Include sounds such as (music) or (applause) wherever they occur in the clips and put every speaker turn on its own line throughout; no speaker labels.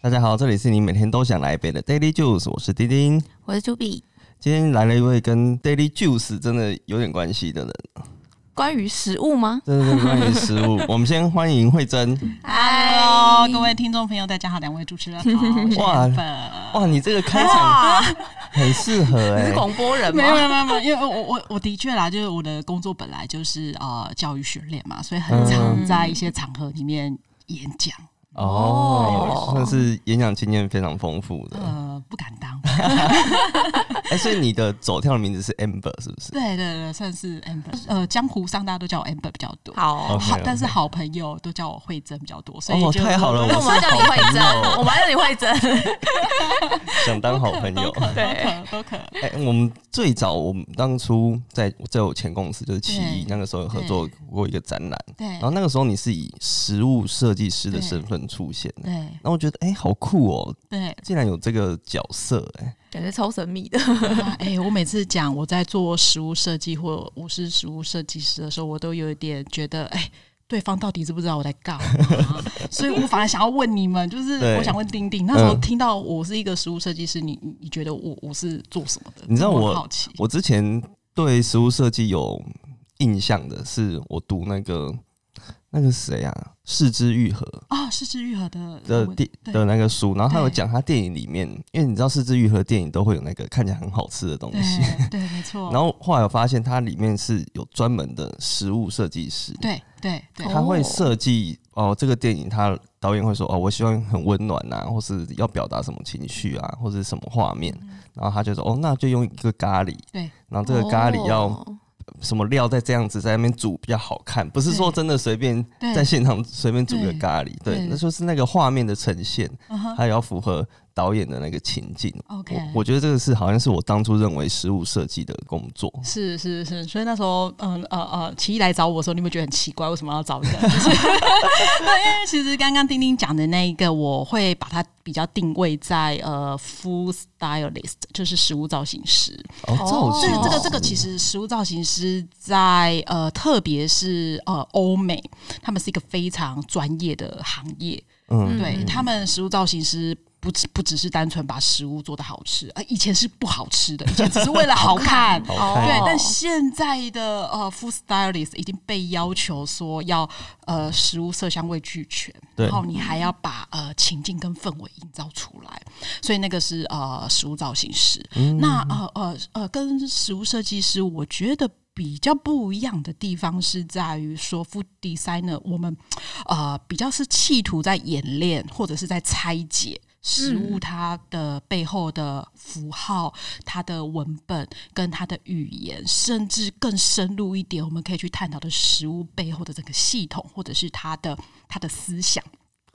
大家好，这里是你每天都想来一杯的 Daily Juice，我是丁丁。
我是朱碧。
今天来了一位跟 Daily Juice 真的有点关系的人，
关于食物 (laughs) 吗？
真的是关于食物。 (laughs) 我们先欢迎慧珍。
Hello，各位听众朋友，大家好，两位主
(laughs)
持人好，我是
哇
Amber
哇，你这个开场
啊，
很适合
你
哎、
是广播人
没有没
吗？
有没有没有，因为我我我的确啦，就是我的工作本来就是呃教育训练嘛，所以很常在一些场合里面演讲，
哦
哦，
算是演讲经验非常丰富
(laughs)
的。
呃，不敢当，
哎、所以你的走跳的名字是 Amber 是不是？
对对对，算是 Amber，呃，江湖上大家都叫我 Amber 比较多，
好，
OK，OK
好，但是好朋友都叫我慧珍比较多，所以
哦，
就
太好了，
那
我
我们要叫
是
你慧珍，我们要叫你慧珍。
想当好朋
都
友。
可都
(laughs) 对
可都可，
哎、我们最早我们当初在在我前公司就是奇艺
对，
那个时候有合作过一个展览，
对
然后那个时候你是以实物设计师的身份出现的，
对
那我觉得哎、好酷哦、
对，
竟然有这个角色哎、
感觉超神秘的，
哦
啊哎、我每次讲我在做食物设计或我是食物设计师的时候，我都有一点觉得，哎、对方到底知不知道我在干嘛？所以我反而想要问你们，就是
对
我想问丁丁，那时候
嗯
听到我是一个食物设计师，你你你觉得我我是做什么的？
你知道
我
我
很好奇，
我之前对实物设计有印象的是，我读那个那个谁啊，四肢愈合
啊，是治愈合的
的
我
电
对
的那个书，然后他有
对
讲他电影里面，因为你知道四肢愈合电影都会有那个看起来很好吃的东西，
对对，没错，
嗯然后后来我发现它里面是有专门的食物设计师，
对对对
他会设计哦，这个电影他导演会说哦，我希望很温暖啊，或是要表达什么情绪啊，或是什么画面，
嗯
然后他就说哦，那就用一个咖喱，
对
然后这个咖喱要
哦
什么料再这样子在那边煮比较好看，不是说真的随便
对
在现场随便煮个
对
咖喱，对，
对
那就是那个画面的呈现，
嗯哼
它也要符合导演的那个情境。
，OK，
我我觉得这个是好像是我当初认为食物设计的工作，
是是是，所以那时候，嗯呃呃，奇艺来找我的时候，你有没有觉得很奇怪？为什么要找一个？ (laughs) 就是对，因为其实刚刚丁丁讲的那一个，我会把它比较定位在呃，food stylist，就是食物造型师。
哦，造
哦
这
型
个这个
师
这个，其实食物造型师在呃，特别是呃欧美，他们是一个非常专业的行业。
嗯
对他们食物造型师。不只不只是单纯把食物做的好吃，呃，以前是不好吃的，以前只是为了好看，
好
哦
看
对，但现在的呃，food stylist 已经被要求说要呃，食物色香味俱全，
对
然后你还要把呃情境跟氛围营造出来，所以那个是呃食物造型师。那呃呃呃，跟食物设计师，我觉得。比较不一样的地方是在于说，food designer 我们呃比较是企图在演练或者是在拆解食物它的背后的符号、它的文本跟它的语言，甚至更深入一点，我们可以去探讨的食物背后的这个系统，或者是它的它的思想。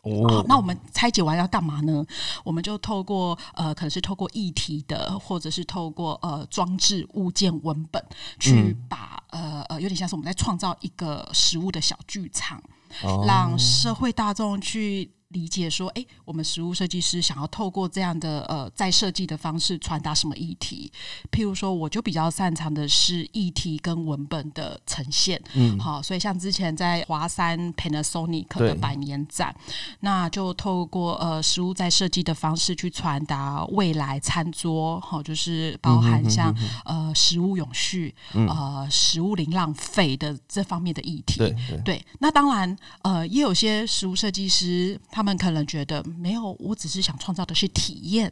好
哦，
那我们拆解完要干嘛呢？我们就透过呃，可能是透过议题的，或者是透过呃装置物件文本，去把、呃呃，有点像是我们在创造一个食物的小剧场，
哦
让社会大众去。理解说，诶，我们食物设计师想要透过这样的呃，在设计的方式传达什么议题？譬如说，我就比较擅长的是议题跟文本的呈现。
嗯
好、所以像之前在华山 Panasonic
对
的百年展，那就透过呃食物在设计的方式去传达未来餐桌，好、就是
嗯
包含像、呃食物永续、呃食物零浪费的这方面的议题。
对对，
对，那当然，呃，也有些食物设计师，他们可能觉得没有，我只是想创造的是体验。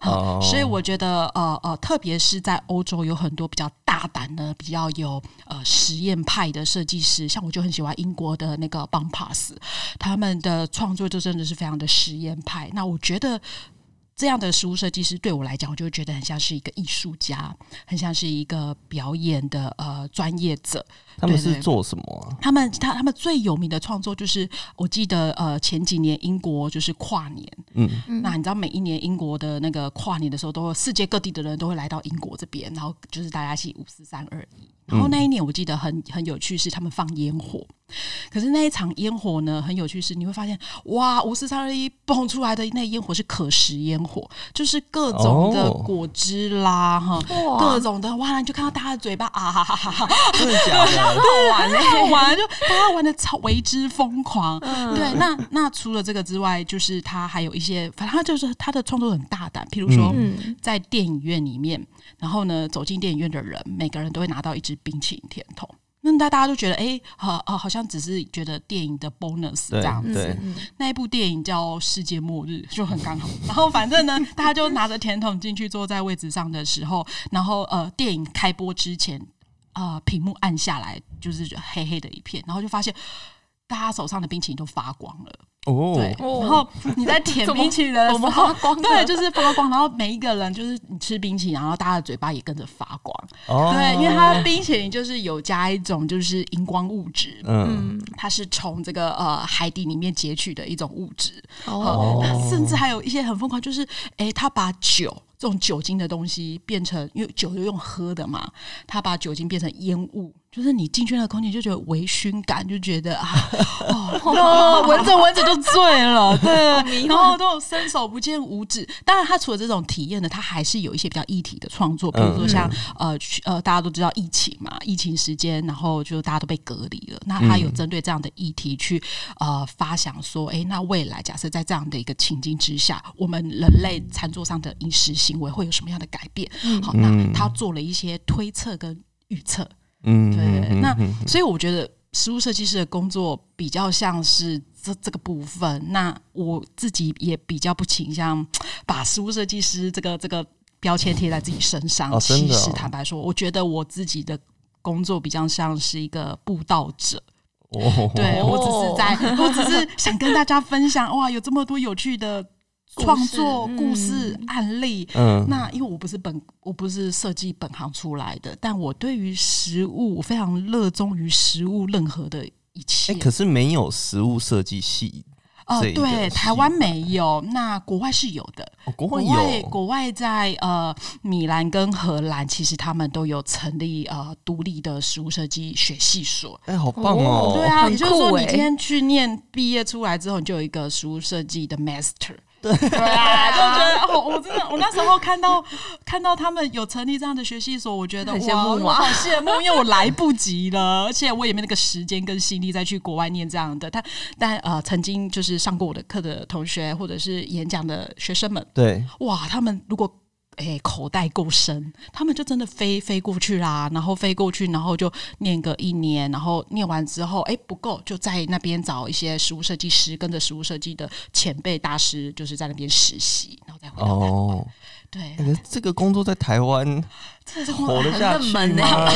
好
哦
所以我觉得，呃呃，特别是在欧洲，有很多比较大胆的、比较有呃实验派的设计师，像我就很喜欢英国的那个 b o m p a s 他们的创作就真的是非常的实验派。那我觉得。这样的食物设计师对我来讲，我就会觉得很像是一个艺术家，很像是一个表演的呃专业者。
他们
对
是
对
做什么啊？
他们他他们最有名的创作就是，我记得呃前几年英国就是跨年，
嗯，
那你知道每一年英国的那个跨年的时候，都会世界各地的人都会来到英国这边，然后就是大家一起五四三二一，然后那一年我记得很很有趣，是他们放烟火，可是那一场烟火呢，很有趣是你会发现，哇，五四三二一蹦出来的那烟火是可食烟火，就是各种的
哦
果汁啦，哈、
哇
各种的，哇，你就看到大家的嘴巴啊哈哈哈哈，
真的假的？
好玩、欸，好玩，就大家玩的超为之疯狂。对，那那除了这个之外，就是他还有一些，反正他就是他的创作很大胆，譬如说。
嗯，
在电影院里面，然后呢，走进电影院的人，每个人都会拿到一支冰淇淋甜筒。那大大家就觉得，哎、好、呃，好像只是觉得电影的 bonus 这
对
嗯
样子。
对，
那一部电影叫《世界末日》，就很刚好。然后反正呢，大家就拿着甜筒进去，坐在位置上的时候，然后呃，电影开播之前，呃，屏幕按下来就是黑黑的一片，然后就发现大家手上的冰淇淋都发光了。对
(laughs) 哦，，
哦
然后你在舔冰淇淋的时
我们
候
发，光啊的，
对，就是发光，然后每一个人就是你吃冰淇淋，然后大家的嘴巴也跟着发光，
哦，
对，因为它的冰淇淋就是有加一种就是荧光物质，
嗯，
嗯，
它是从这个呃海底里面截取的一种物质，
哦
哦，
那甚至还有一些很疯狂，就是诶，他把酒这种酒精的东西变成，因为酒就用喝的嘛，他把酒精变成烟雾，就是你进去那个空间就觉得微醺感，就觉得啊，哦，
(laughs)
(laughs) 闻着闻着就醉了，对，
迷
然
幻
后都伸手不见五指。当然，他除了这种体验呢，他还是有一些比较议题的创作，比如说像、呃去呃，大家都知道疫情嘛，疫情时间，然后就大家都被隔离了，那他有针对这样的议题去呃发想说，诶，那未来假设在这样的一个情境之下，我们人类餐桌上的饮食行为会有什么样的改变？好，那他做了一些推测跟预测，
嗯，
对，
嗯
那
嗯嗯
所以我觉得食物设计师的工作比较像是这这个部分。那我自己也比较不倾向把食物设计师这个这个标签贴在自己身上。
哦真
其
的哦
实坦白说，我觉得我自己的。工作比较像是一个布道者，
哦，
对
哦
我只是在，我只是想跟大家分享，哇，有这么多有趣的
故
创
事
作故事、
嗯
案例，
(laughs) 嗯，
那因为我不是本我不是设计本行出来的，但我对于食物我非常热衷于食物任何的一切。
哎，可是没有食物设计系，
呃，
这一个
对，
习
台湾没有，那国外是有的。
哦国
国
外
外
有，
国外在呃米兰跟荷兰，其实他们都有成立呃独立的食物设计学系所。
哎，好棒哦，
对啊，
很
也就是说，
酷欸
你今天去念毕业出来之后，你就有一个食物设计的 master。对啊，就觉得哦，我真的，我那时候看到看到他们有成立这样的学习所，我觉得
很
哇
羡慕
我
啊
好羡慕，因为我来不及了，而且我也没那个时间跟心力再去国外念这样的。但但呃，曾经就是上过我的课的同学或者是演讲的学生们，
对，
哇，他们如果诶、口袋够深，他们就真的飞飞过去啦，然后飞过去，然后就念个一年，然后念完之后，诶、不够，就在那边找一些食物设计师，跟着食物设计的前辈大师，就是在那边实习，然后再回到台湾。
哦，
对
哎，可是这个工作在台湾
这是
活得下去
很冷门欸
吗？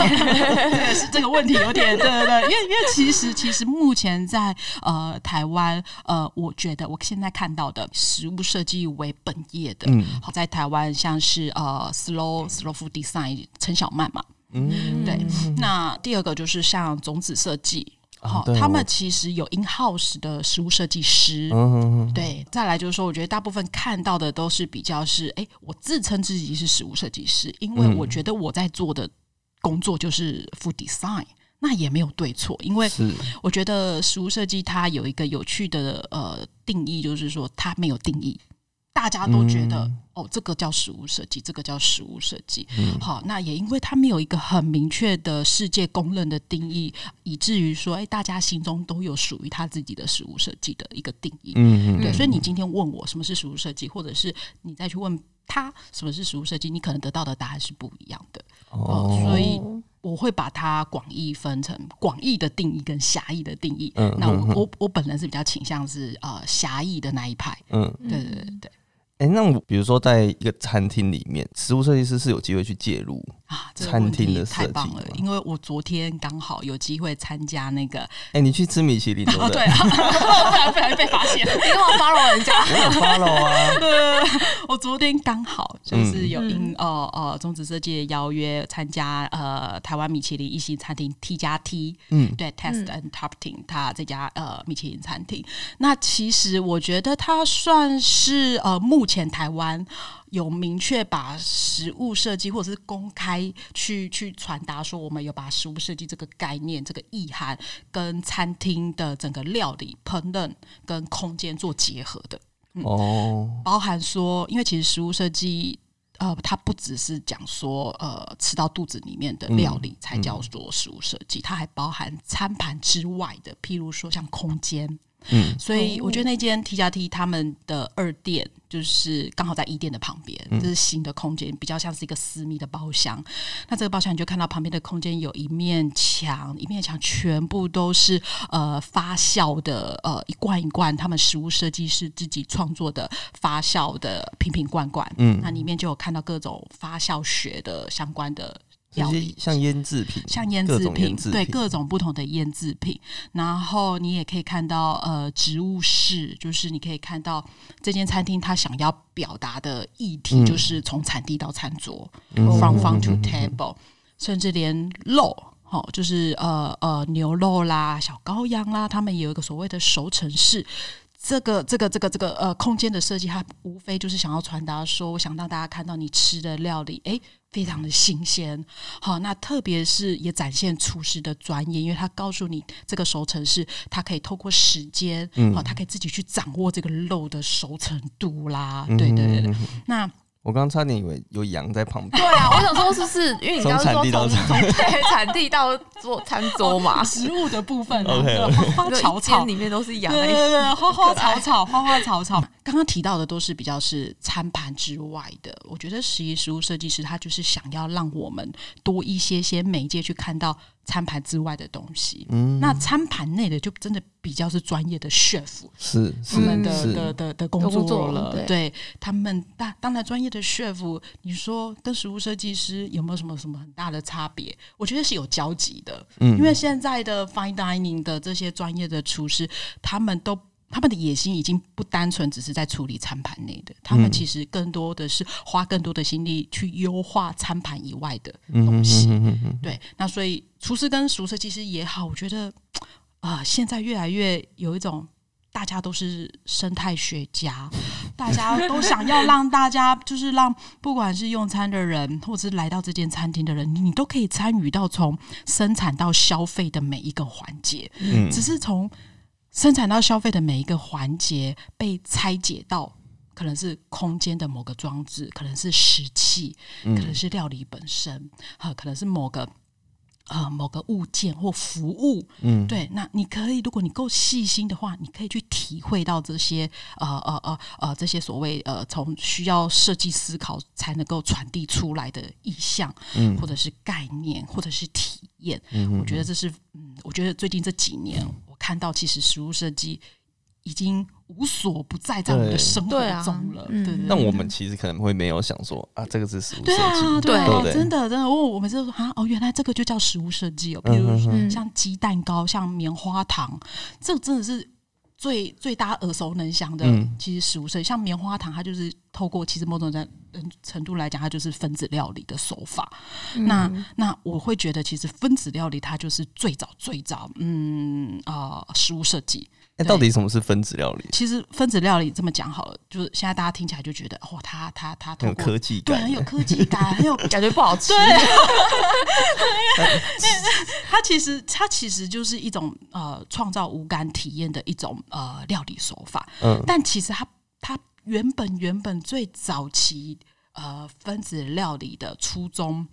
对，是这个问题有点对对对，因为因为其实其实目前在呃台湾呃，我觉得我现在看到的食物设计为本业的，
嗯
好在台湾像是呃 slow slow food design 陈小曼嘛，
嗯，
对，那第二个就是像种子设计，
啊
好、
对
他
我
们其实有 in house 的食物设计师，
嗯，嗯
对，再来就是说，我觉得大部分看到的都是比较是，哎、我自称自己是食物设计师，因为
嗯
我觉得我在做的工作就是 food design，那也没有对错，因为
嗯是
我觉得食物设计它有一个有趣的呃定义，就是说它没有定义，大家都觉得、
嗯
哦，这个叫食物设计，这个叫食物设计。好，那也因为它没有一个很明确的世界公认的定义，以至于说，哎，大家心中都有属于他自己的食物设计的一个定义。
嗯嗯
对，所以你今天问我什么是食物设计，或者是你再去问他什么是食物设计，你可能得到的答案是不一样的。
哦，
所以我会把它广义分成广义的定义跟狭义的定义。
嗯
那
嗯
我
嗯
我我本人是比较倾向是呃狭义的那一派。
嗯，
对对对对
哎，那我比如说在一个餐厅里面，食物设计师是有机会去介入，
啊，这个
餐
问
厅
题
的
太
设
棒
计
了
吗，
因为我昨天刚好有机会参加那个
哎，你去吃米其林对不
哦对， (laughs)
对？
不然不 (laughs) 然被发现。
你干嘛 follow 人家？ (laughs)
我有 follow 啊，
(laughs) 我昨天刚好就是有因
嗯
呃呃中职设计的邀约参加呃台湾米其林一星餐厅 T 加 T，
嗯
对 Test and Top t e a m 它这家呃米其林餐厅。那其实我觉得它算是呃目前台湾有明确把食物设计，或者是公开去去传达说，我们有把食物设计这个概念、这个意涵跟餐厅的整个料理、烹饪跟空间做结合的。
哦，
包含说，因为其实食物设计，呃，它不只是讲说，呃，吃到肚子里面的料理才叫做食物设计，它还包含餐盘之外的，譬如说像空间。
嗯，
所以
哦
我觉得那间 T 加 T 他们的二店就是刚好在一店的旁边，这是新的空间，比较像是一个私密的包厢。那这个包厢你就看到旁边的空间有一面墙，一面墙全部都是呃发酵的呃一罐一罐，他们食物设计师自己创作的发酵的瓶瓶罐罐。
嗯
那里面就有看到各种发酵学的相关的
这
料
些
理，
像腌制品，
像腌
各
制
种
品，
腌制
对
品啊
各种不同的腌制品。然后你也可以看到，呃，植物室，就是你可以看到这间餐厅它想要表达的议题，
嗯
就是从产地到餐桌、
嗯
f r o m farm to table，甚至连肉。哦，就是呃呃牛肉啦、小羔羊啦，他们也有一个所谓的熟成式，这个这个这个这个呃空间的设计，它无非就是想要传达说，我想让大家看到你吃的料理，诶，非常的新鲜。好，那特别是也展现厨师的专业，因为他告诉你这个熟成是，他可以透过时间，
嗯
好、他可以自己去掌握这个肉的熟成度啦。对对对对，
嗯
那
我刚差点以为有羊在旁边，
对啊，我想说是不是因为你刚刚说
从产地到
从 (laughs) 对产地到做餐桌嘛，
食物的部分、啊，
OK，
对花花
就
草
一
草
间里面都是羊欸
对
在一
对
起，
对，花花草 (laughs) 草，花花草草。刚刚提到的都是比较是餐盘之外的，我觉得十一食物设计师他就是想要让我们多一些些媒介去看到餐盘之外的东西。
嗯，
那餐盘内的就真的比较是专业的 chef
是
他们
是
的
是，
的的的工
工
作
作
了，
对
他们当当然专业的 chef，你说跟食物设计师有没有什么什么很大的差别？我觉得是有交集的，
嗯
因为现在的 fine dining 的这些专业的厨师，他们都。他们的野心已经不单纯只是在处理餐盘内的，他
嗯
们其实更多的是花更多的心力去优化餐盘以外的东西。
嗯嗯嗯
对，那所以厨师跟熟食技师也好，我觉得啊、呃现在越来越有一种大家都是生态学家，大家都想要让大家就是让不管是用餐的人，或者是来到这间餐厅的人，你都可以参与到从生产到消费的每一个环节，
嗯
只是从生产到消费的每一个环节被拆解到。可能是空间的某个装置，可能是石器，可能
嗯
是料理本身，哈、可能是某个呃某个物件或服务，
嗯，
对，那你可以，如果你够细心的话，你可以去体会到这些呃呃呃呃这些所谓呃从需要设计思考才能够传递出来的意象，
嗯
或者是概念，或者是体验。
嗯
我觉得这是，嗯，我觉得最近这几年我看到，其实食物设计已经无所不在，在我们的
对
生活
对啊
中了。对
嗯
对对
但我们其实可能会没有想说啊，这个是食物设
对啊，
计，
对啊，
对不对
真的真的，哦，我们就说啊，哦，原来这个就叫食物设计哦，比
嗯
如说
嗯嗯
像鸡蛋糕、像棉花糖，这真的是最最大家耳熟能详的。
嗯
其实食物设计，像棉花糖，它就是透过其实某种程程度来讲，它就是分子料理的手法。那那我会觉得，其实分子料理它就是最早最早，嗯啊、呃食物设计。
哎，到底什么是分子料理？
其实分子料理这么讲好了，就是现在大家听起来就觉得，哦，它它它
很
透
有
过
科技
对
感，
很有科技感，很有
感觉不好
(laughs)
吃，
它其实它其实就是一种呃创造无感体验的一种呃料理手法，
嗯
但其实它它原本原本最早期呃分子料理的初衷。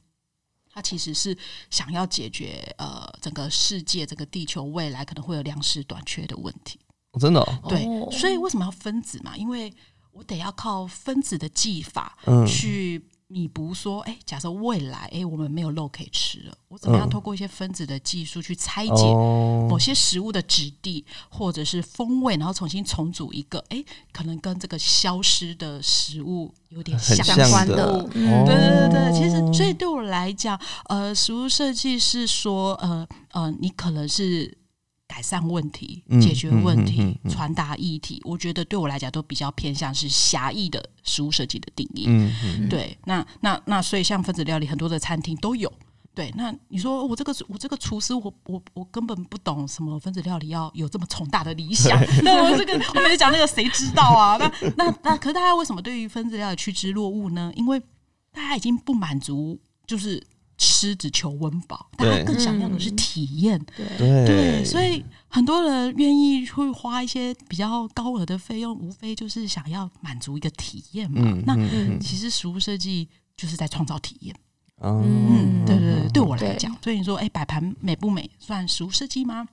它其实是想要解决呃整个世界、整个地球未来可能会有粮食短缺的问题。
哦真的哦，
对，
哦
所以为什么要分子嘛？因为我得要靠分子的技法，
嗯
去弥补说，哎、假设未来，哎、我们没有肉可以吃了，我怎么样
嗯
透过一些分子的技术去拆解某
哦，
些食物的质地或者是风味，然后重新重组一个，哎、可能跟这个消失的食物有点
很
像
相
像
关
食
的
物
的，
嗯
对对对对，其
哦
实所以对我来讲，呃，食物设计是说，呃呃，你可能是改善问题、
嗯
解决问题、
嗯嗯嗯嗯
传达议题，我觉得对我来讲都比较偏向是狭义的食物设计的定义。
嗯嗯
对，那那那，所以像分子料理，很多的餐厅都有。对，那你说我这个我这个厨师，我我我根本不懂什么分子料理要有这么崇大的
(laughs)
理想。那我这个我每次讲那个谁知道啊？那那那，可是大家为什么对于分子料理趋之若鹜呢？因为大家已经不满足，就是吃只求温饱，大
对
家更想要的是体验。对，
对
所以很多人愿意去花一些比较高额的费用，无非就是想要满足一个体验嘛。
嗯，
那
嗯
其实食物设计就是在创造体验。
嗯
嗯，对对对，对我来
对
讲，所以你说，哎，摆盘美不美，算食物设计吗？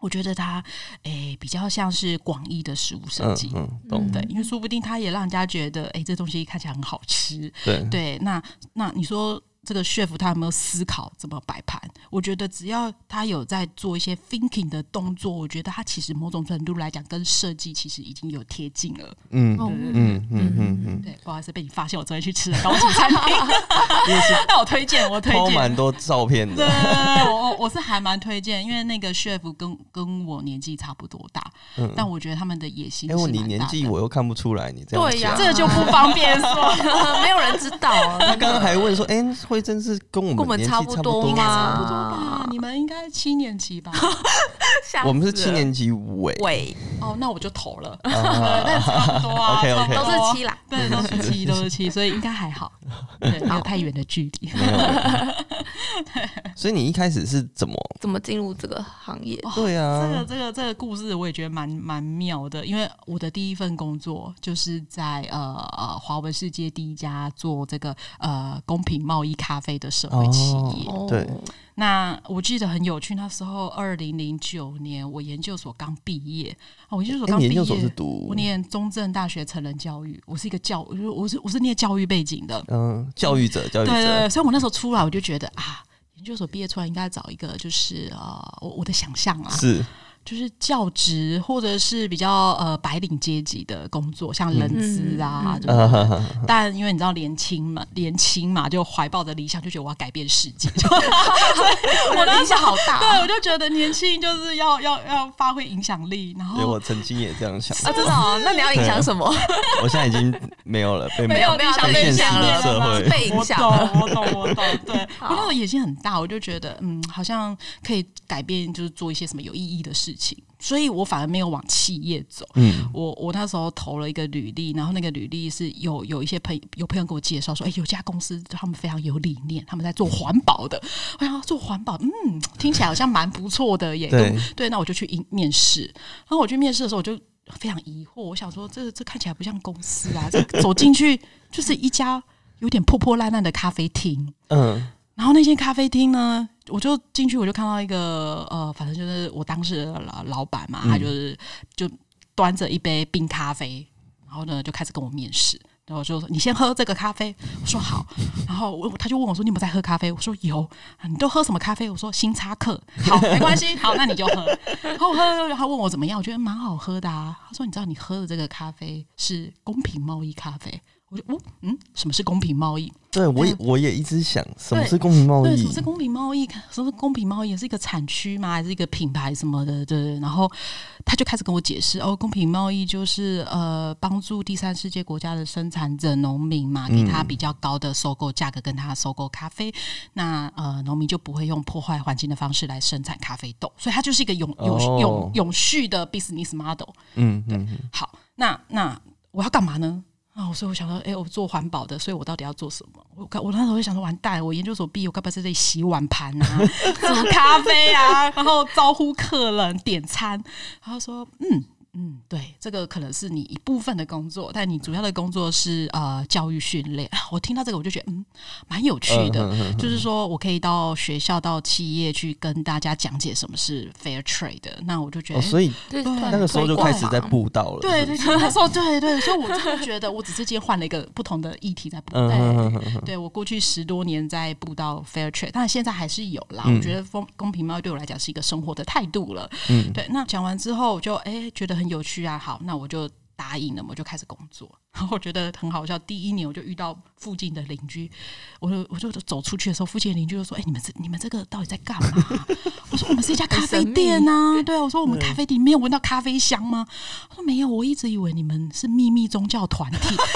我觉得它，哎，比较像是广义的食物设计。
嗯嗯，懂
对，因为说不定它也让人家觉得，哎，这东西看起来很好吃。
对
对，那那你说这个 chef 他有没有思考怎么摆盘？我觉得只要他有在做一些 thinking 的动作，我觉得他其实某种程度来讲跟设计其实已经有贴近了。
嗯
哦
嗯嗯嗯嗯，
对，不好意思，被你发现我昨天去吃了高级
(laughs)
餐厅， (laughs) 那我推荐，我推
偷
荐。
蛮多照片
对
的，
我我我是还蛮推荐，因为那个 chef 跟跟我年纪差不多大，
嗯
但我觉得他们的野心
哎，
是
我
蛮
你
大的。
年纪我又看不出来，你这样
对呀
讲
这个就不方便说。
没有人知道啊。那
刚刚
个
还问说，哎，慧珍是跟我
跟我
们
们
年纪
差
不
不
多
多
吗？
吗？
差不 (laughs) 多吧，啊你们应该七年
(laughs)
级吧？
吓死了
我们是七年级哎尾，
尾，
哦，那我就投了，对，
啊
那差不多啊
OK，OK
差
都
不多
是七啦。
对，都是七，都是七，所以应该
(laughs)
还好，对，没有太远的距离。
没有。所以你一开始是怎么？
怎么进入这个行业？
对
这个
啊，
这个这个故事我也觉得蛮蛮妙的，因为我的第一份工作就是在呃呃华文世界第一家做这个呃公平贸易咖啡的社会企业。
哦对
那我记得很有趣，那时候二零零九年我研究所刚毕业，啊我研究所
哎，
刚
你
毕
研
业，
究所是读
我念中正大学成人教育，我是一个教，我是我是我是念教育背景的，
嗯教育者，教育
对对
者
对，所以我那时候出来我就觉得啊。研究所毕业出来应该找一个，就是呃，我我的想象啊，
是
(laughs) 就是教职或者是比较呃白领阶级的工作，像人资啊
嗯嗯嗯，
这种
啊，哈哈
但因为你知道年轻嘛，年轻嘛，就怀抱着理想，就觉得我要改变世
(laughs)
界。
我的影响好大
对，
啊，
我就觉得年轻就是要要要发挥影响力，然
因为
后
我曾经也这样想，
啊真的哦？那你要影响什么？
我现在已经没有了，被
没有没有
被现
被影
实
响
的
了
社会
被影响了。
我懂，我懂，我懂。
(laughs)
对，我
好
那时候野心很大，我就觉得嗯，好像可以改变，就是做一些什么有意义的事情，所以我反而没有往企业走。
嗯，
我我那时候投了一个履历，然后那个履历是有有一些朋有朋友给我介绍说，哎、有家公司他们非常有理念，他们在做环保的。我想要做环保，嗯，听起来好像蛮不错的耶。
对
对，那我就去应面试。然后我去面试的时候，我就非常疑惑，我想说这这看起来不像公司啊，这走进去就是一家有点破破烂烂的咖啡厅。
嗯
然后那间咖啡厅呢，我就进去，我就看到一个呃，反正就是我当时的老老板嘛，
嗯
他就是就端着一杯冰咖啡，然后呢就开始跟我面试。然后我就说你先喝这个咖啡，我说好。然后我他就问我说你有没有在喝咖啡？我说有。啊你都喝什么咖啡？我说星巴克。好，没关系，好，那你就喝。然后我喝，然后问我怎么样，我觉得蛮好喝的啊。他说你知道你喝的这个咖啡是公平贸易咖啡。我就哦嗯，什么是公平贸易？
对我也我也一直想，什么是公平贸
对，
易
什么？是公平贸易？什么是公平贸易？是一个产区吗？还是一个品牌什么的？对对。对然后他就开始跟我解释，哦，公平贸易就是呃，帮助第三世界国家的生产者农民嘛，
嗯
给他比较高的收购价格，跟他收购咖啡。那呃，农民就不会用破坏环境的方式来生产咖啡豆，所以它就是一个永永
哦
永永续的 business model。
嗯嗯嗯
好，那那我要干嘛呢？啊，所以我想到，哎、我做环保的，所以我到底要做什么？我刚我那时候就想说，完蛋，我研究所毕业，我该不要在这里洗碗盘啊、 (laughs) 煮咖啡啊，然后招呼客人、点餐？然后说，嗯嗯，对，这个可能是你一部分的工作，但你主要的工作是呃教育训练。啊我听到这个，我就觉得嗯，蛮有趣的。
嗯嗯嗯
(laughs) 就是说我可以到学校、到企业去跟大家讲解什么是 fair trade 的，那我就觉得、
哦，所以
对
对
那个时候就开始在布道了，
对
是不
对，
是
其实那时候对对，所以我真的觉得我只是今天换了一个不同的议题在布道。
嗯嗯嗯嗯
对我过去十多年在布道 fair trade，但现在还是有啦。
嗯
我觉得公公平贸易对我来讲是一个生活的态度了。
嗯
对，那讲完之后我就哎、觉得很有趣啊，好，那我就答应了，我就开始工作。然后我觉得很好笑，第一年我就遇到附近的邻居，我就我就走出去的时候，附近的邻居就说：“哎、你们这你们这个到底在干嘛？”啊 (laughs) 我说：“我们是一家咖啡店啊，对啊，我说我们咖啡店没有闻到咖啡香吗？”他说：“没有，我一直以为你们是秘密宗教团体。”我就傻眼了，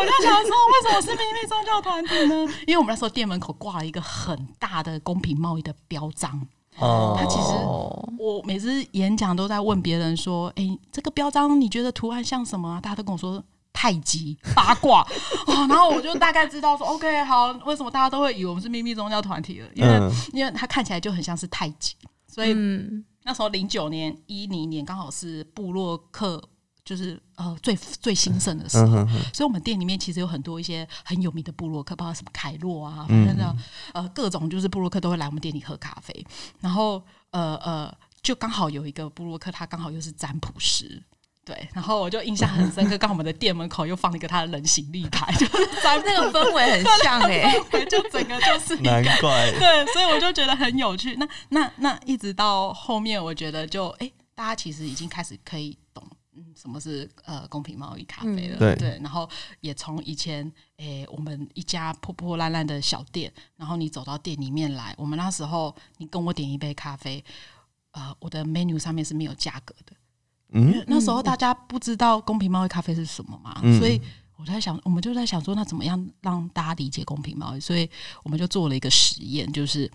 我就想说，为什么我是秘密宗教团体呢？因为我们那时候店门口挂了一个很大的公平贸易的标章，
哦，
他其实
哦，
我每次演讲都在问别人说：“哎、这个标章你觉得图案像什么啊？”大家都跟我说太极八卦 (laughs) 哦，然后我就大概知道说 OK 好，为什么大家都会以为我们是秘密宗教团体了？因为、
嗯
因为它看起来就很像是太极，所以
嗯，
那时候零九年一零年刚好是布洛克。就是呃最最兴盛的时
嗯
候，所以我们店里面其实有很多一些很有名的布洛克，包括什么凯洛啊，反正呢、呃各种就是布洛克都会来我们店里喝咖啡，然后呃呃就刚好有一个布洛克，他刚好又是占卜师。对，然后我就印象很深刻，刚好我们的店门口又放了一个他的人形立牌，就是 (laughs) 占
那个氛围很像哎、
卜，就整个就是一个
难怪，
对，所以我就觉得很有趣。那那那一直到后面，我觉得就哎、诶大家其实已经开始可以懂，嗯，什么是呃公平贸易咖啡了，
嗯对
然后也从以前哎、诶我们一家破破烂烂的小店，然后你走到店里面来，我们那时候你跟我点一杯咖啡，呃，我的 menu 上面是没有价格的。因
嗯
为那时候大家不知道公平贸易咖啡是什么嘛，
嗯
所以我在想，我们就在想说，那怎么样让大家理解公平贸易？所以我们就做了一个实验，就是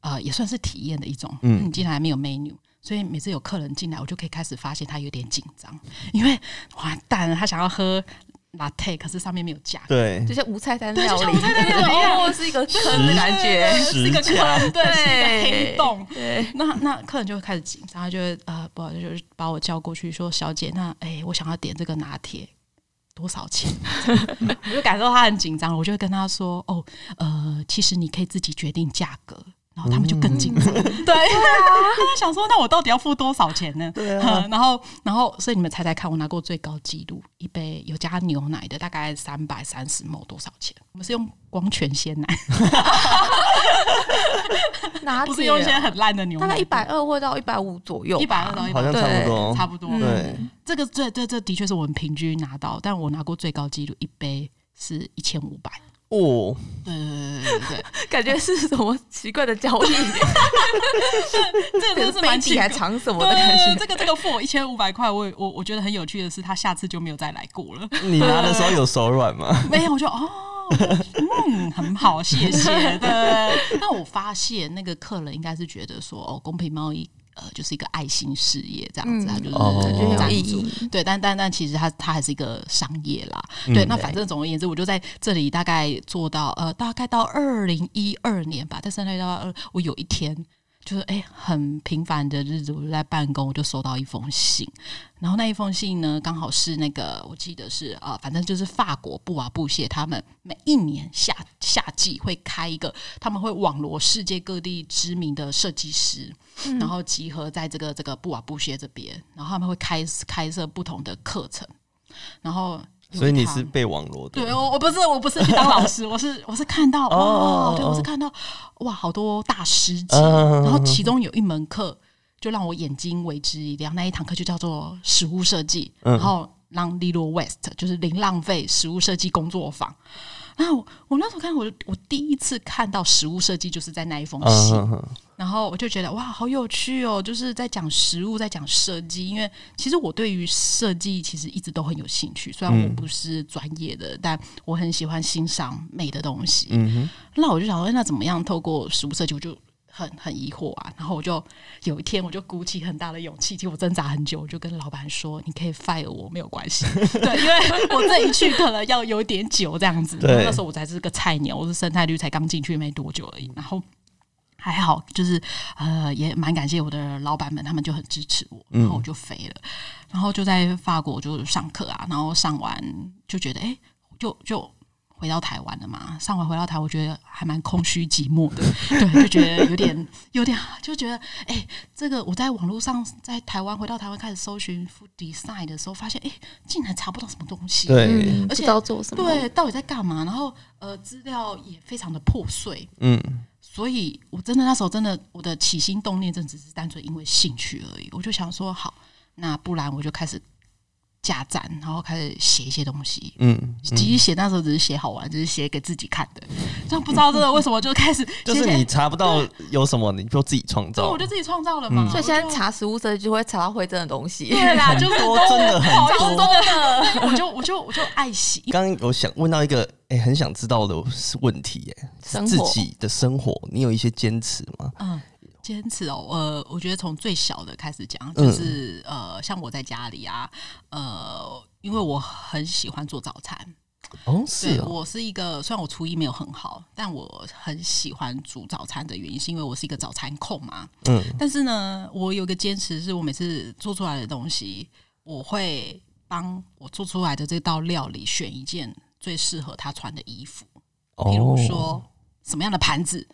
呃，也算是体验的一种。
嗯
嗯，你进来没有 menu。所以每次有客人进来，我就可以开始发现他有点紧张，因为完蛋了，他想要喝 latte，可是上面没有价格，
对
就，像无菜单
对
料
就像
理，
无菜单料理
哦，是一个坑的感觉，
是一个
实
坑，对，是一个
对
黑洞。
对，
(laughs) 那那客人就会开始紧张，他就会呃，不好意思，就是把我叫过去说：“小姐，那哎、我想要点这个拿铁，多少钱？” (laughs) 我就感受他很紧张，我就会跟他说：“哦，呃，其实你可以自己决定价格。”然后他们就更紧张，
嗯
(laughs) 对，他们想说：“那我到底要付多少钱呢？”
对
啊
嗯， (laughs) 然后，然后，所以你们猜猜看，我拿过最高纪录，一杯有加牛奶的，大概三百三十 ml 多少钱？我们是用光泉鲜奶，
拿
不是用一些
铁哦
很烂的牛奶，
大概一百二或到一百五左右吧，
一百二到一百
好像差不多，
差不多。
嗯
对，
这个这这这的确是我们平均拿到，但我拿过最高纪录一杯是一千五百。
哦，
对对对对对
感觉是什么奇怪的交易，
对，这个 (laughs) 真的
是
是蛮
杯
奇
底 (laughs) 还。
怪
藏什么的感
对，
觉。
这个这个付我一千五百块，我我我觉得很有趣的是，他下次就没有再来过了。 (laughs)
你拿的时候有手软吗？
没有，我就哦，嗯，很好，谢谢。对，那我发现那个客人应该是觉得说，哦，公平贸易。呃，就是一个爱心事业这样
嗯
子，他就是
哦
感觉很有
赞
意
助
义
对，但但但其实它它还是一个商业啦。对，那反正总而言之，我就在这里大概做到呃，大概到二零一二年吧，在三月到二，我有一天就是哎、很平凡的日子，我就在办公，我就收到一封信，然后那一封信呢，刚好是那个我记得是呃，反正就是法国布瓦布谢他们每一年夏夏季会开一个，他们会网罗世界各地知名的设计师，然后集合在这个这个布瓦布谢这边，然后他们会开开设不同的课程，然后有一
所以你
堂
是被网罗的
对，我我不是我不是去当老师，我 (laughs) 是我是看到哇，
哦
对
哦
我是看到哇，好多大师级，
嗯
然后其中有一门课就让我眼睛为之一亮，那一堂课就叫做食物设计，
嗯
然后让 Lilo West 就是零浪费食物设计工作坊。那我我那时候看我我第一次看到食物设计就是在那一封
嗯
信，
哼哼
然后我就觉得哇，好有趣哦！就是在讲食物，在讲设计，因为其实我对于设计其实一直都很有兴趣，虽然我不是专业的，但我很喜欢欣赏美的东西。
嗯
那我就想说，哎那怎么样透过食物设计，我就很很疑惑啊。然后我就有一天，我就鼓起很大的勇气，其实我挣扎很久，我就跟老板说：“你可以 fire 我，没有关系。”对，因为我这一去可能要有点久这样子。
对
然后那时候我才是个菜鸟，我是生态绿才刚进去没多久而已。然后。还好，就是呃，也蛮感谢我的老板们，他们就很支持我，然后我就飞了，然后就在法国就上课啊，然后上完就觉得，哎、就就回到台湾了嘛，上回回到台，我觉得还蛮空虚寂寞的，对，就觉得有点有点，就觉得哎、这个我在网络上在台湾回到台湾开始搜寻 food design 的时候，发现哎、竟然查不到什么东西，
对
嗯，
而
不
且
知道做什么，
对，到底在干嘛？然后呃，资料也非常的破碎，
嗯，
所以我真的那时候真的我的起心动念，真只是单纯因为兴趣而已，我就想说好，那不然我就开始架站，然后开始写一些东西。
嗯，
其实写那时候只是写好玩，只是写给自己看的，但不知道真的为什么就开始写
(laughs) 就是
写
你查不到有什么，你就自己创
所以
造
我就。自己创造了
嗯
嘛。
所以现
我
在
就
查食物设计就会查到会真的东西，
对啦，就是
多真的很
好
多
用真的，我 (laughs) 就我就我就爱惜，
刚刚有想问到一个，哎、很想知道的问题、哎，
生
自
活
己的生活，你有一些坚持吗？
嗯，坚持哦，呃，我觉得从最小的开始讲，
嗯
就是、呃，像我在家里啊，呃，因为我很喜欢做早餐，
哦，是
对
哦，
我是一个虽然我厨艺没有很好，但我很喜欢煮早餐的原因，是因为我是一个早餐控嘛。
嗯，
但是呢，我有一个坚持，是我每次做出来的东西，我会帮我做出来的这道料理选一件最适合他穿的衣服。比如
哦，
说什么样的盘子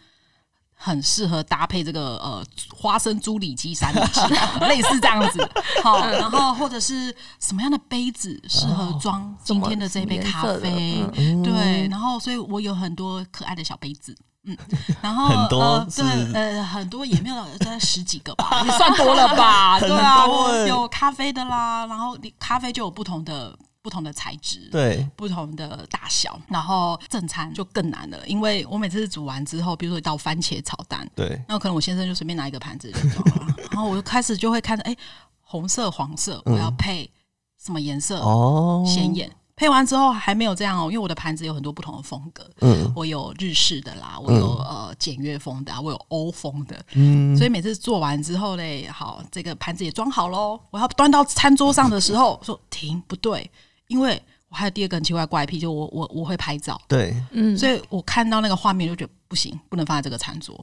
很适合搭配这个呃花生猪里脊三明
(laughs)
治，类似这样子。好，然后或者是什么样的杯子适
哦
合装今天的这杯咖
什么什么
啡
颜色？
嗯
对，然后所以我有很多可爱的小杯子。
(laughs)
嗯，然后
很多
呃
是
对呃很多也没有到大概十几个吧，也算多了吧？对啊
(laughs) 很多欸，
有咖啡的啦，然后你咖啡就有不同的不同的材质，
对，
不同的大小，然后正餐就更难了，因为我每次煮完之后，比如说一道番茄炒蛋，
对，
那可能我先生就随便拿一个盘子就装了，然后我就开始就会看着，哎，红色、黄色，我要配什么颜色
哦，
鲜艳？配完之后还没有这样哦，因为我的盘子有很多不同的风格，
嗯
我有日式的啦，我有、呃简约风的、啊，我有欧风的，
嗯，
所以每次做完之后嘞，好，这个盘子也装好喽，我要端到餐桌上的时候，说停，不对，因为我还有第二个很奇怪的怪癖，就我我我会拍照，
对，
嗯，
所以我看到那个画面就觉得不行，不能放在这个餐桌，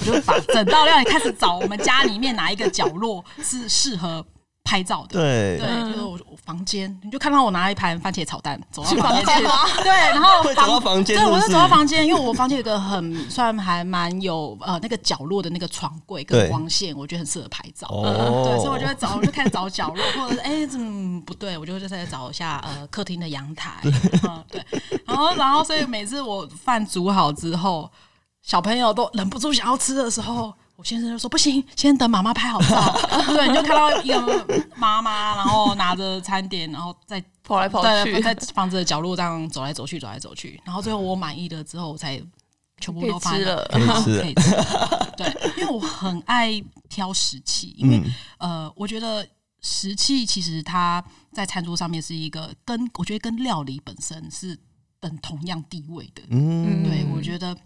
我就把整道料理开始找我们家里面哪一个角落是适合拍照的。
对，
对，就是我我房间，你就看到我拿一盘番茄炒蛋
(laughs)
走到
去
房
房
间
间
去
吗，
对，然后
会走到房间
对，我
是
就
不是
走到房间，因为我房间有个很 (laughs) 算还蛮有呃那个角落的那个床柜
对
跟光线，我觉得很适合拍照。嗯
哦，
对，所以我就会找，我就开始找角落，或者是哎，怎、么不对？我就会再找一下呃客厅的阳台，嗯，对。然后，然后，所以每次我饭煮好之后，小朋友都忍不住想要吃的时候，我先生就说不行，先等妈妈拍好照。 (laughs) 对，你就看到一个妈妈，然后拿着餐点，然后再
跑来跑
在
去，
在房子的角落这样走来走去，走来走去，然后最后我满意了之后，我才全部
可以
都放在
吃了
可以吃了
可以吃了。对，因为我很爱挑食器，因为、
嗯
呃，我觉得食器其实它在餐桌上面是一个跟我觉得跟料理本身是等同样地位的。
嗯，
对，
嗯
我觉得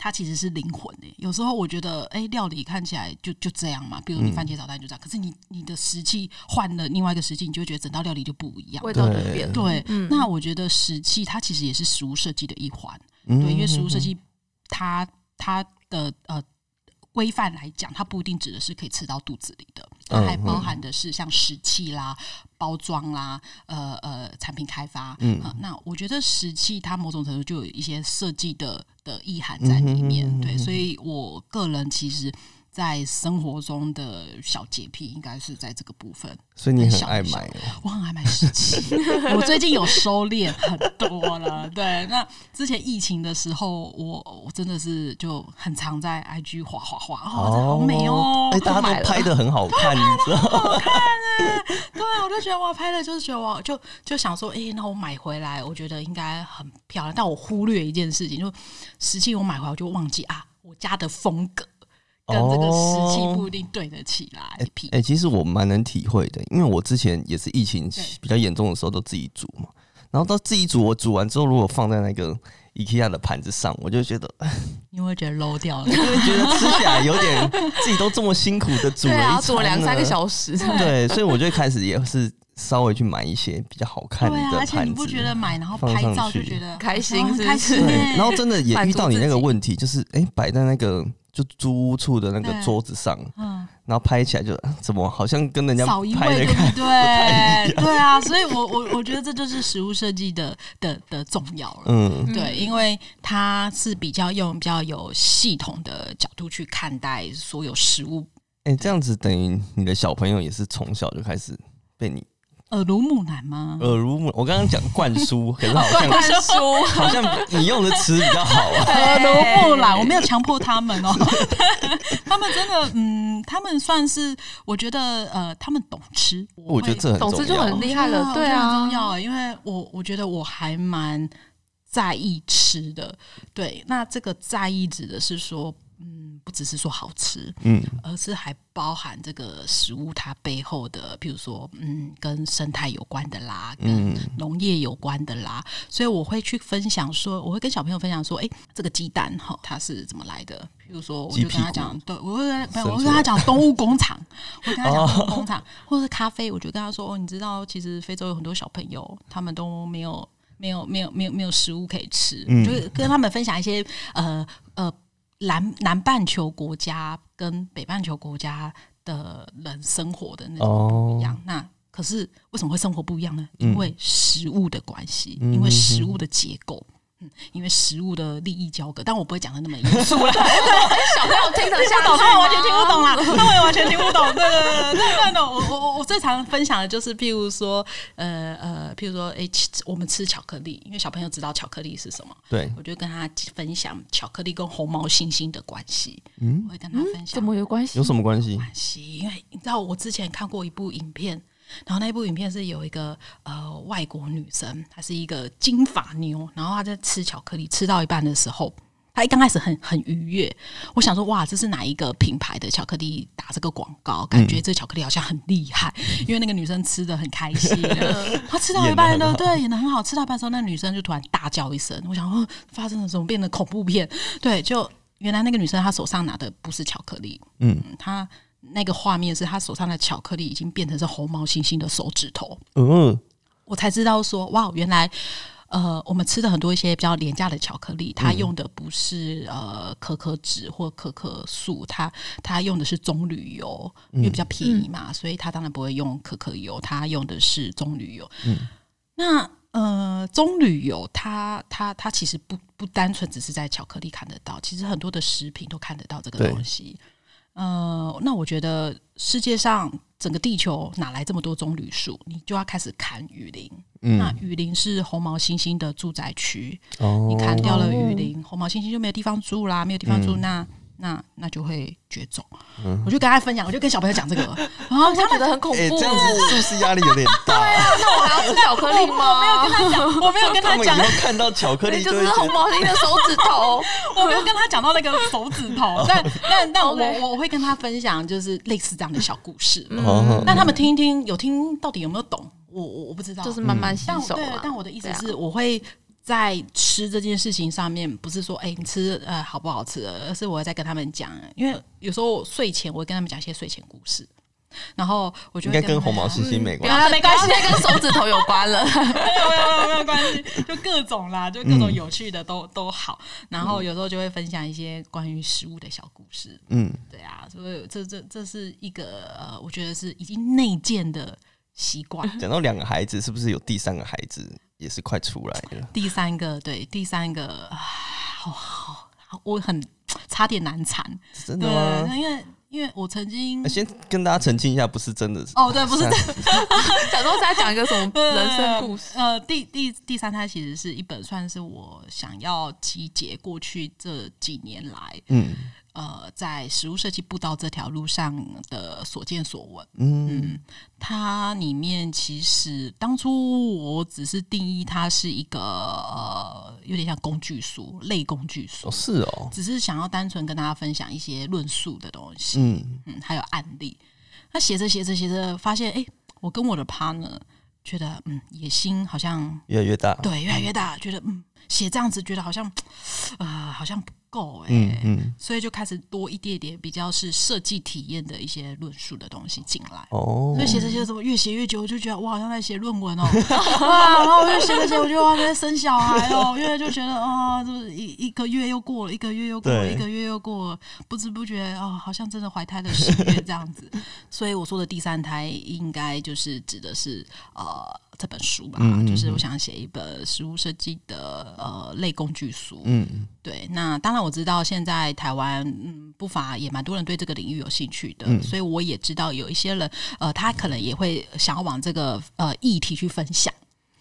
它其实是灵魂诶、有时候我觉得，哎、料理看起来就就这样嘛，
嗯
比如你番茄炒蛋就这样，可是你你的食器换了另外一个食器，你就会觉得整道料理就不一样。
味道就变了。
对，
嗯
那我觉得食器它其实也是食物设计的一环，
嗯
对，因为食物设计它它的呃规范来讲，它不一定指的是可以吃到肚子里的，它
嗯
还包
嗯
含的是像食器啦、包装啦、呃呃产品开发，
嗯
嗯、那我觉得食器它某种程度就有一些设计的的意涵在里面，
嗯哼嗯哼嗯
对，
哼
所以我个人其实。在生活中的小洁癖应该是在这个部分，
所以你很
小
爱
小
买哦，
我很爱买湿气，
(laughs)
我最近有收敛很多了。对，那之前疫情的时候，我我真的是就很常在 IG 画画画，哦，这好美哦
哎，，大
我
家
买
都
了
拍的很好
(laughs)
看，你知道吗？
对，啊我就觉得我拍的，就是觉得我就就想说，哎、那我买回来，我觉得应该很漂亮。但我忽略一件事情，就实际我买回来我就忘记啊，我家的风格跟这个实际不一定对得起来。
哦哎、其实我蛮能体会的，因为我之前也是疫情
对
比较严重的时候都自己煮嘛，然后到自己煮，我煮完之后如果放在那个 IKEA 的盘子上，我就觉得， (laughs)
因为觉得 low 掉了
就。会觉得吃起来有点自己都这么辛苦的煮了
对
一餐
啊，
了
煮了两三个小时，
啊
对，所以我就开始也是稍微去买一些比较好看的
对啊，而
盘子，
且你不觉得买然后
放
拍
上
照就
去
觉得
开
好
心
像
是不
开
是
心
对
欸
然后真的也
嗯满
遇
足
到你
自
那个
己
问题，就是哎，摆、在那个就租屋处的那个
对
桌子上，
嗯，
然后拍起来就啊怎么好像跟人家
少一
拍
位，
的
对
看
不
太一
对？对啊，所以我我我觉得这就是食物设计的的的重要了。
(laughs) 嗯，
对，因为它是比较用比较有系统的角度去看待所有食物，
哎、这样子等于你的小朋友也是从小就开始被你
耳濡目染吗？
耳濡目，我刚刚讲灌输，可是好像
嗯灌输，
好像你用的词比较好
(laughs)
啊。
耳濡目染，我没有强迫他们哦， (laughs) 他们真的，嗯，他们算是，我觉得，呃，他们懂吃，
我觉得这很
懂
重
之就
要。啊
很厉害了，对
我觉得很
啊
重，要啊，因为我我觉得我还蛮在意吃的，对，那这个在意指的是说，嗯，不只是说好吃，
嗯，
而是还包含这个食物它背后的，比如说，嗯，跟生态有关的啦，
嗯
跟
嗯
农业有关的啦，所以我会去分享说，我会跟小朋友分享说，哎、这个鸡蛋哈，它是怎么来的？比如说，我
鸡
就跟他
屁股
讲，对我会跟没
生
有，我会
出
跟他
来
讲动物工厂，我会跟他
哦
讲动物工厂，或者是咖啡，我就跟他说，哦，你知道，其实非洲有很多小朋友，他们都没有没有没有没有没有食物可以吃，
嗯
就是跟他们分享一些呃呃南南半球国家跟北半球国家的人生活的那种不
哦
一，样。那可是为什么会生活不一样呢？
嗯
因为食物的关系，
嗯
因为食物的结构。嗯，因为食物的利益交割，但我不会讲的那
(laughs)
么严肃啦，
小朋友听得
听
下
不
去吗
懂，他们完全听不懂啦，他们完全听不懂。对对对对对对对，我我我我最常分享的就是，譬如说，呃呃，譬如说，诶，吃我们吃巧克力，因为小朋友知道巧克力是什么，
对，
我就跟他分享巧克力跟红毛猩猩的关系。
嗯
我，会跟他分
嗯，(laughs)
享
怎么有关系？
有什么关系？
关系，因为你知道我之前看过一部影片，然后那一部影片是有一个呃外国女生，她是一个金发妞，然后她在吃巧克力，吃到一半的时候。她一刚开始很很愉悦，我想说哇，这是哪一个品牌的巧克力打这个广告？感觉这巧克力好像很厉害，因为那个女生吃的很开 (laughs) 心。她吃到一半呢，对，演的很好，吃到一半的时候，那女生就突然大叫一声，我想哦，发生了什么变得恐怖片？对，就原来那个女生她手上拿的不是巧克力，
嗯，
嗯他那个画面是他手上的巧克力已经变成是红毛猩猩的手指头，
嗯，
我才知道说，哇，原来。呃，我们吃的很多一些比较廉价的巧克力，
嗯
它用的不是呃可可脂或可可素，它它用的是棕榈油，因为比较
嗯
便宜嘛，所以它当然不会用可可油，它用的是棕榈油。
嗯
那呃，棕榈油它它它其实不不单纯只是在巧克力看得到，其实很多的食品都看得到这个
对
东西。呃，那我觉得世界上整个地球哪来这么多棕榈树？你就要开始砍雨林。那
嗯，
雨林是红毛猩猩的住宅区，
哦
你砍掉了雨林，红毛猩猩就没有地方住啦，没有地方
嗯
住，那那那就会绝种。我就跟他分享，我就跟小朋友讲这个，
(laughs)
然后
我觉得很恐
哎，
怖啊
这。样子是不是压力有点
(laughs)
大？
那我还要吃巧克力吗？
我没有跟
他
他
们以
讲
后，看到巧克力
就
会
是
觉
红
得
毛猩的手指
(laughs)
头，
我没有跟他讲到那个手指
哦
头，但但但我
OK
我我会跟他分享，就是类似这样的小故事。
哦
那他们听一听，有听到底有没有懂？我我我不知道，
就是慢慢吸
但
收
对，嗯但
嘛。
我的意思
对啊
是，我会在吃这件事情上面，不是说哎、你吃呃好不好吃，而是我在跟他们讲，因为有时候我睡前我会跟他们讲一些睡前故事，然后我就
应
会
该跟
他们
红毛猩猩没关系。
啊，没关系，那跟手指头有关
(laughs)
了。
没有没有没有没有关系，就各种啦，就各种有趣的都、都好，然后有时候就会分享一些关于食物的小故事，
嗯，
对啊，所以这这这是一个呃，我觉得是已经内建的习惯。
讲到两个孩子，是不是有第三个孩子也是快出来了？
第三个，对，第三个，啊好好好，我很差点难产。
真
对，
的吗？哎
那因为因为我曾经
那，先跟大家澄清一下，不是真的。
哦，对，不是
假装在讲一个什么人生故事，。
呃，第第第三胎其实是一本算是我想要集结过去这几年来，
嗯
呃，在食物设计步道这条路上的所见所闻。
嗯
它里面其实当初我只是定义它是一个呃，有点像工具书，类工具书
哦，。是哦，
只是想要单纯跟大家分享一些论述的东西，
嗯，
嗯，还有案例。那写着写着写着，发现哎、诶我跟我的 partner 觉得，嗯，野心好像
越来越大。
对越来越大，觉得嗯，写这样子觉得好像， (sniffs) 啊、好像不够哎、
嗯嗯，
所以就开始多一点点比较是设计体验的一些论述的东西进来。
哦
所以，写着写着，我越写越久，我就觉得我好像在写论
(laughs)
文哦，哇！然后我就写着写，我就好像在生小孩哦，因为就觉得哦，就是一一个月又过了，一个月又过了，
对
一个月又过了，不知不觉哦，好像真的怀胎
(laughs)
了十月这样子。所以我说的第三胎，应该就是指的是呃，这本书吧，
嗯嗯嗯
就是我想写一本食物设计的呃类工具书。
嗯，
对，那当然我知道现在台湾嗯不乏也蛮多人对这个领域有兴趣的，
嗯
所以我也知道有一些人呃，他可能也会想要往这个呃议题去分享。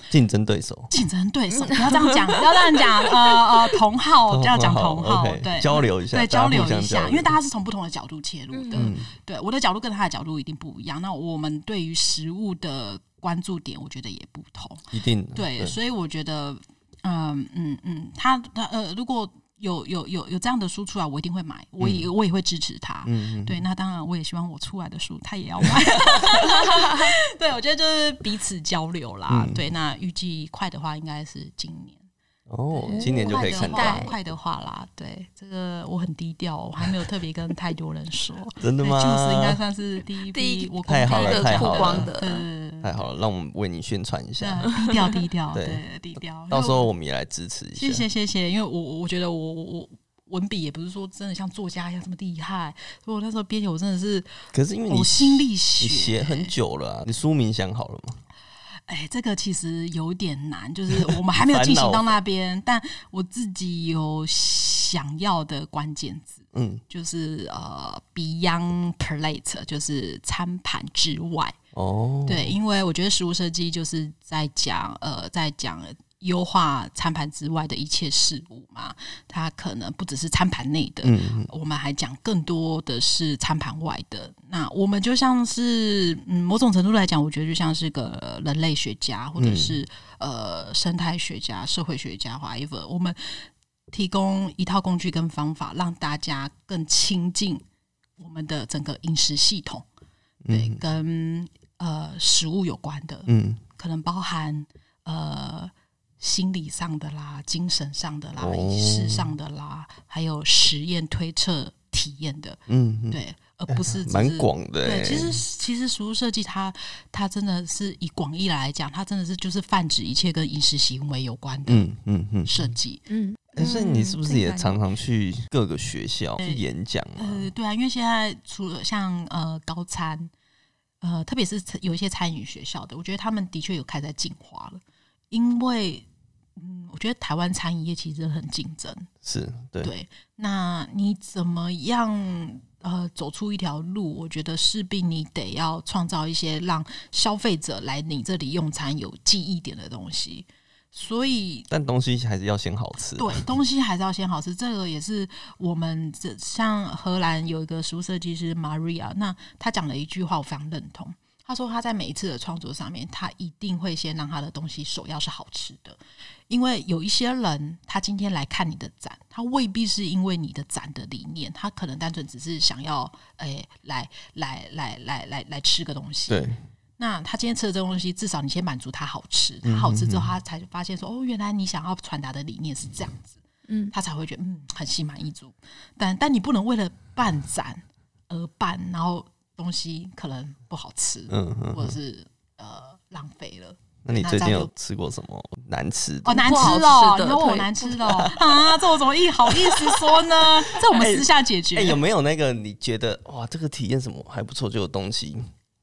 竞争对手，
竞争对手，不要这样讲，不要这样讲，呃呃，同号
哦
不要讲
好
同号，
OK，
对，
交流一下，
对，交流
大家
一
互相
下，
交
因为大家是从不同的角度切入的，
嗯
对，我的角度跟他的角度一定不一样。那我们对于食物的关注点，我觉得也不同。
一定的
对，所以我觉得，嗯嗯嗯，他他呃，如果有有有有这样的书出来，我一定会买，我也、我也会支持他。
嗯嗯
对，那当然，我也希望我出来的书他也要买。对，我觉得就是彼此交流啦。
嗯
对，那预计快的话应该是今年，
哦，今年就可以看
期
到
待，
快的话啦。对，这个我很低调，我还没有特别跟太多人说。
真的
对
吗？
就是应该算是第一
第一
批我公
太
开
好了
第一
太
个
好
曝
了
光
对对
的，
对对
太好了，让我们为你宣传一下，
对啊低调低调，
对
对低调。
到时候我们也来支持一下。
谢谢谢谢，因为我我我觉得我我我文笔也不是说真的像作家一样这么厉害，所以我那时候编写我真的是
可是因为你
呕心沥
你
血
写很久了啊、你书名想好了吗？
哎，这个其实有点难，就是我们还 (laughs) 没有进行
烦恼
到那边，但我自己有想要的关键字，
嗯，
就是呃，Beyond Plate，就是餐盘之外。
哦，，
对，因为我觉得食物设计就是在讲呃，在讲优化餐盘之外的一切事物嘛，它可能不只是餐盘内的，
嗯嗯
我们还讲更多的是餐盘外的。那我们就像是，嗯，某种程度来讲，我觉得就像是个人类学家，或者
嗯
是、呃生态学家、社会学家，whatever。我们提供一套工具跟方法，让大家更亲近我们的整个饮食系统，对，
嗯
跟呃食物有关的，
嗯，
可能包含呃心理上的啦、精神上的啦、
哦
仪式上的啦，还有实验推测体验的，
嗯嗯，
对，而不是只
蛮
是。
广的、欸。
对，其实其实食物设计它它真的是以广义来讲，它真的是就是泛指一切跟饮食行为有关的
嗯嗯嗯，
设计。
嗯，
哎、所以你是不是也
嗯
常常去各个学校
对
去演讲啊？
呃，对啊，因为现在除了像呃高餐，呃，特别是有一些餐饮学校的，我觉得他们的确有开始在进化了，因为嗯，我觉得台湾餐饮业其实很竞争，
是对，
对，那你怎么样呃走出一条路？我觉得势必你得要创造一些让消费者来你这里用餐有记忆点的东西，所以
但东西还是要先好吃。
对，东西还是要先好吃。这个也是我们这像荷兰有一个食物设计师 Maria，那他讲了一句话，我非常认同。他说他在每一次的创作上面，他一定会先让他的东西首要是好吃的，因为有一些人他今天来看你的展，他未必是因为你的展的理念，他可能单纯只是想要诶、来来来来来来吃个东西，
对，
那他今天吃的这东西，至少你先满足他好吃，
嗯
他好吃之后，他才发现说，哦，原来你想要传达的理念是这样子，
嗯
他才会觉得嗯很心满意足。但但你不能为了办展而办，然后东西可能不好吃，
嗯嗯。
或者是呃浪费了。
那你
那
最
这
近
样
有
就
吃过什么难吃的？
哦，难
不
吃
好
哦，
吃的
你问我
对
难吃的哦啊，这我怎么意好意思说呢？这我们私下解决，
哎、有没有那个你觉得哇，这个体验什么还不错，就有东西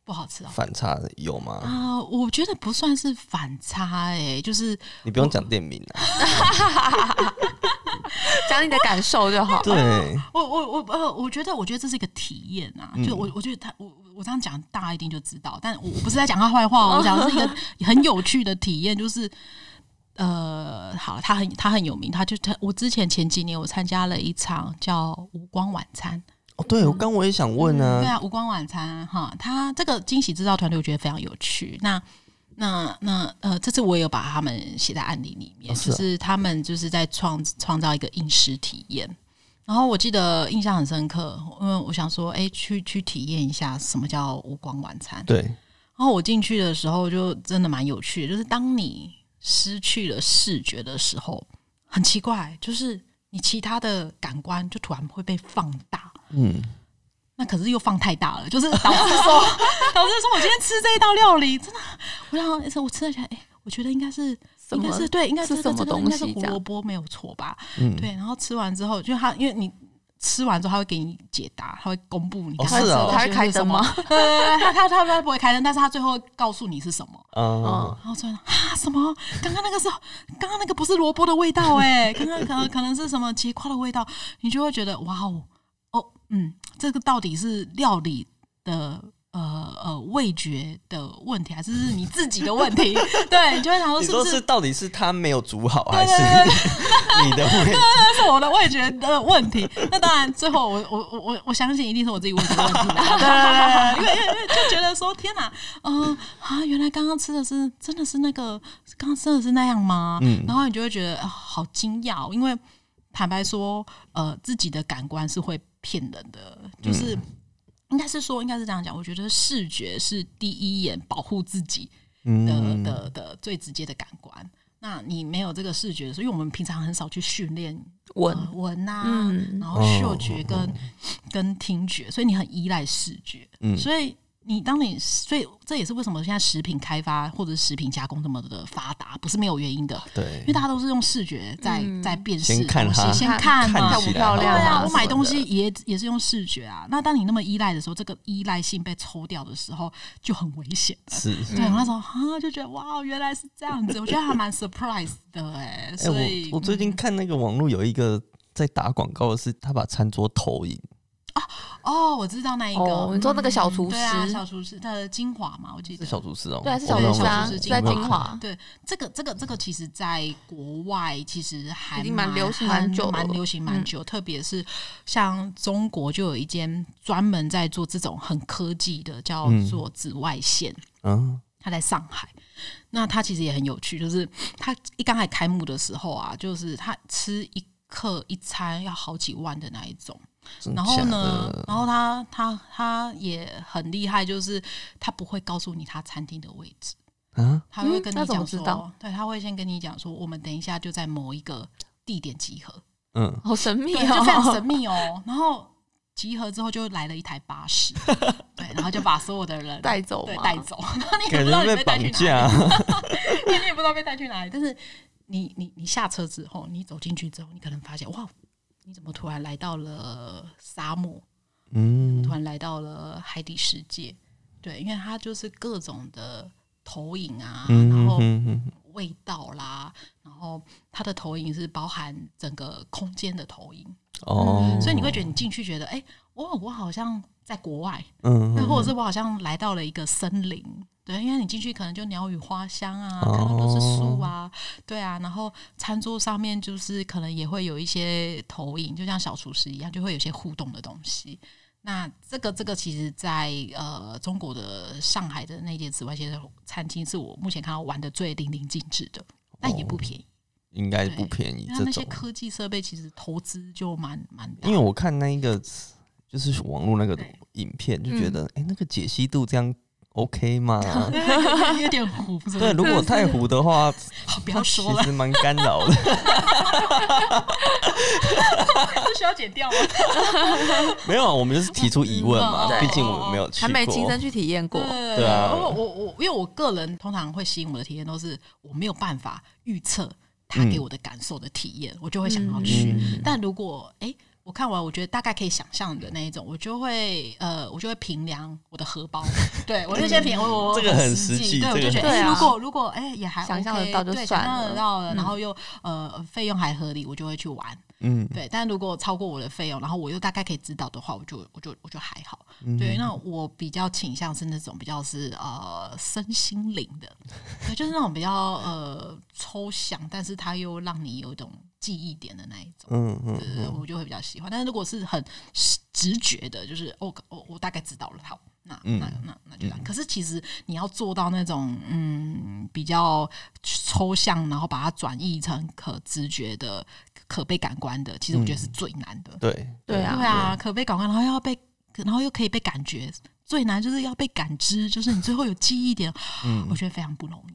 不好吃哦。
反差的有吗？
啊、我觉得不算是反差哎、就是
你不用讲店名啊。
(laughs) 讲你的感受就
哦
好。
对，
我我我呃，我觉得我觉得这是一个体验啊，就我我觉得他我我我这样讲，大家一定就知道，但我我不是在讲他坏话哦，我讲的是一个很有趣的体验，就是。呃，好，他很他很有名，他就他我之前前几年我参加了一场叫无光晚餐，
哦，对，我刚我也想问啊，
对啊，无光晚餐哈，他这个惊喜制造团队我觉得非常有趣。那那那呃，这次我也有把他们写在案例里面，
哦是啊
就是他们就是在创创造一个饮食体验。然后我记得印象很深刻，因为我想说，哎，去去体验一下什么叫无光晚餐。
对，
然后我进去的时候就真的蛮有趣的，就是当你失去了视觉的时候，很奇怪，就是你其他的感官就突然会被放大。
嗯，
那可是又放太大了，就是导
(laughs)
致说，导致说我今天吃这一道料理，真的，我想，哎我吃了起来，哎、我觉得应该是，
什
应该
么
是对，应该
是
这
什
个
么
这个
东
应该是
西
胡
这样
萝卜没有错吧？
嗯
对，然后吃完之后，就它因为你吃完之后他会给你解答，他会公布你
哦
看
是哦
他会开灯吗？
呃，他他他他不会开灯，但是他最后告诉你是什么。
嗯，
然后突然啊，什么？刚刚那个是，刚刚那个不是萝卜的味道哎、刚刚可能可能是什么节瓜的味道，你就会觉得哇哦，哦，嗯，这个到底是料理的呃呃味觉的问题，还是是你自己的问题？ (laughs) 对，你就会想说
你
哦是
说
不
是
是？
到底是他没有煮好，还
对
是
对
(laughs) 你的
(laughs)
味？
这是我的味觉的
(laughs)
问题。那当然，最后我我我我我相信一定是我自己味觉的问
(laughs)
题啦。对对对对，因为因为因为就觉得说天哪，嗯、啊，原来刚刚吃的是真的是那个，刚刚真的是那样吗？
嗯
然后你就会觉得、啊、好惊讶哦、因为坦白说，呃，自己的感官是会骗人的，
嗯
就是。应该是说，应该是这样讲。我觉得视觉是第一眼保护自己的
嗯，
的的最直接的感官。那你没有这个视觉的时候，因为我们平常很少去训练
闻
呃闻啊，
嗯
然后
哦
嗅觉跟、跟听觉，所以你很依赖视觉，
嗯
所以。你当你所以这也是为什么现在食品开发或者是食品加工这么的发达，不是没有原因的，因为
对，
大家都是用视觉在、在辨识
先看
东西
它
先看嘛，
看
漂
起
不
来
漂
好
对
亮
啊，
啊？
我买东西也也是用视觉啊。那当你那么依赖的时候，这个依赖性被抽掉的时候就很危险了。
是。
对，我那时候啊就觉得哇，原来是这样子，我觉得还蛮 surprise 的哎、
哎，
所以、嗯
我我最近看那个网络有一个在打广告的是，他把餐桌投影，
哦，我知道那一个，
哦，你做那个小厨师
对，啊，小厨师的精华嘛，我记
是
得
小厨师哦，
对啊，是
我
小
没有
厨师啊
看过，
是
在
我没有
金
看
华，
对，这个这个这个其实在国外其实还
已经蛮流行蛮久了
蛮流行蛮
嗯
久，特别是像中国就有一间专门在做这种很科技的，叫
嗯
做紫外线。
嗯，
他在上海。那他其实也很有趣，就是他一刚才开幕的时候啊，就是他吃一客一餐要好几万的那一种。
真
然后
假
呢
的，
然后他他他也很厉害，就是他不会告诉你他餐厅的位置，
啊，
他会跟
嗯那
你
怎么
讲
知
说，
道
对，他会先跟你讲说，我们等一下就在某一个地点集合，
嗯，
好神秘
对，
哦，
就非常神秘哦。然后集合之后就来了一台巴士，对，然后就把所有的人
带走
对
嘛，
带走， (laughs) 你也
感
不知道
觉
你
被
被带
绑
去哪里。
架，啊
你也不知道被带去哪里。但是你你你下车之后，你走进去之后，你可能发现哇，你怎么突然来到了沙漠？
嗯
(laughs) 突，然来到了海底世界？对，因为它就是各种的投影啊，
嗯
然后
嗯嗯
味道啦，然后它的投影是包含整个空间的投影，
哦，
嗯所以你会觉得你进去觉得，哎、我我好像在国外，
嗯，
对，
嗯
或者是我好像来到了一个森林，对，因为你进去可能就鸟语花香啊，
哦
看到都是树啊，对啊，然后餐桌上面就是可能也会有一些投影，就像小厨师一样，就会有一些互动的东西。那这个这个其实在，呃中国的上海的那间紫外线餐厅，是我目前看到玩的最淋漓尽致的，但也不便宜，
应该不便宜
因为它
哦这
那些
种，
科技设备其实投资就蛮蛮大
因为我看那一个就是网络那个
对嗯
影片，就觉得哎、诶那个解析度这样 OK
(laughs)
吗？
的，有点糊，是不是
(laughs) 对，如果太糊的
(laughs)
话，
好 (laughs) 不要说
其
了，
实蛮干扰
(laughs)
的。
(laughs) 这需要剪掉吗？
没有啊，我们就是提出疑问嘛
嗯哦，
毕竟我们没有去
还没亲
过
身。去体验过，
嗯
对啊
我我我因为我个人通常会吸引我的体验都是我没有办法预测他给我的感受的体验，我就会想要去。
嗯
但如果哎、诶我看完我觉得大概可以想象的那一种，我就会呃，我就会评量我的荷包，对我就先评我我
(laughs) 这个很实
实
际
对我
这个
就觉得
很
诶
实际
如果如果哎、也还 OK,
想象得到就
对
算
想象
了
得到了，
嗯
然后又呃费用还合理，我就会去玩。
嗯，
对，但如果超过我的费用，然后我又大概可以知道的话，我就我就我就还好。对，那我比较倾向是那种比较是呃身心灵的，对，就是那种比较呃抽象，但是它又让你有一种记忆点的那一种。
嗯嗯
对对，我就会比较喜欢。但是如果是很直直觉的，就是哦，我我大概知道了，好，那
嗯
那那那就这样。可是其实你要做到那种嗯比较抽象，然后把它转译成可直觉的、可被感官的，其实我觉得是最难的。
对
对啊
对啊，可被感官，然后又要被，然后又可以被感
嗯
觉，最难就是要被感知，就是你最后有记忆点，我觉得非常不容易。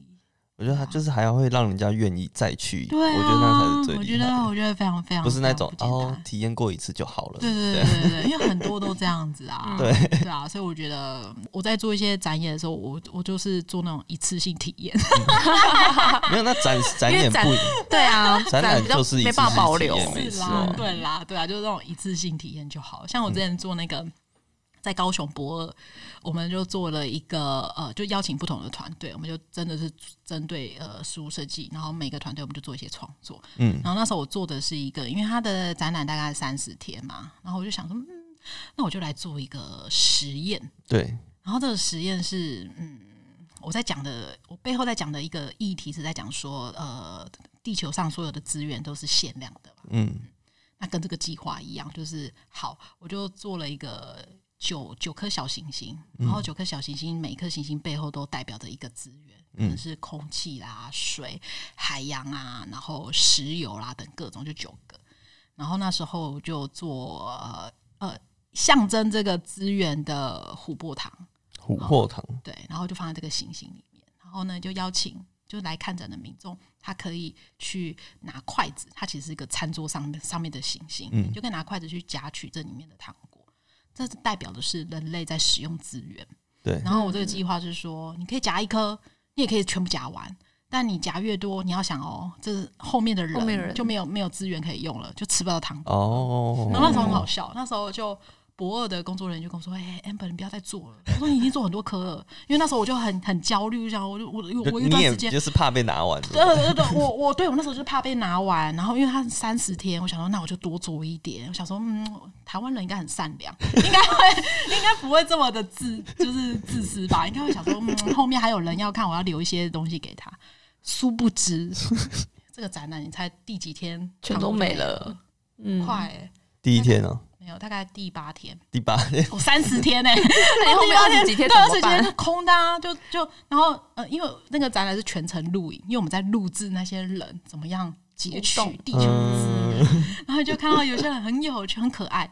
我觉得他就是还要会让人家愿意再去，
对啊，
我觉得那才是最
我
厉
觉
害
得
的，
啊我觉得非常非常
不是那
非常
种
不简单
哦体验过一次就好了。
对对对对对，因为很多都这样子啊，
(laughs) 对
对啊，所以我觉得我在做一些展演的时候，我我就是做那种一次性体验，
没有那展展
因为
演
展
不
对
(laughs)
啊，
展览
比较
就是一
没
次
办法
性
保
体
留，
哦验没
(laughs) 是
错
啦，对啦，对啊，就是那种一次性体验就好。像我之前做那个。在高雄博尔，我们就做了一个呃，就邀请不同的团队，我们就真的是针对呃食物设计，然后每个团队我们就做一些创作。
嗯，
然后那时候我做的是一个，因为它的展览大概三十天嘛，然后我就想说，嗯，那我就来做一个实验，
对，
然后这个实验是，嗯，我在讲的，我背后在讲的一个议题是在讲说，呃，地球上所有的资源都是限量的嘛，
嗯
那跟这个计划一样，就是好，我就做了一个九九颗小行星，然后九颗小行星，每颗行星背后都代表着一个资源。可能是空气啦、水、海洋啊，然后石油啦等各种，就九个。然后那时候就做呃呃，象征这个资源的琥珀糖，
琥珀糖，
对，然后就放在这个行星里面，然后呢就邀请就来看展的民众，他可以去拿筷子，它其实是一个餐桌上面上面的行星，
嗯
就可以拿筷子去夹取这里面的糖果，这是代表的是人类在使用资源。
对，
然后我这个计划是说，你可以夹一颗，你也可以全部夹完。但你夹越多，你要想哦，这是后面的人
后面的人
就没有没有资源可以用了，就吃不到糖果。
哦，
然后那时候很好笑，那时候就博二的工作人员就跟我说：“哎、a m b e r 你不要再做了。”我说：“你已经做很多颗了。”因为那时候我就很很焦虑，这样我就我我
就
我有一
你
段
也
时间。
就是怕被拿完，对不对
呃，呃呃我我对我那时候就是怕被拿完，然后因为他三十天，我想说那我就多做一点，我想说嗯，台湾人应该很善良，应该会应该不会这么的自就是自私吧，应该会想说嗯，后面还有人要看，我要留一些东西给他。殊不知这个展览，你猜第几天
全
差
都
不多就
没了，嗯，
快、欸、
第一天哦，
没有，大概第八天。
第八天，
我三十天
(laughs)
呢、欸，
那你后面二十几天
对
怎
(laughs) 二十几
么
天
办
是？空的啊，就就然后呃，因为那个展览是全程录影，因为我们在录制那些人怎么样截取
互动
地球资源，
嗯，
然后就看到有些人很有趣、很可爱，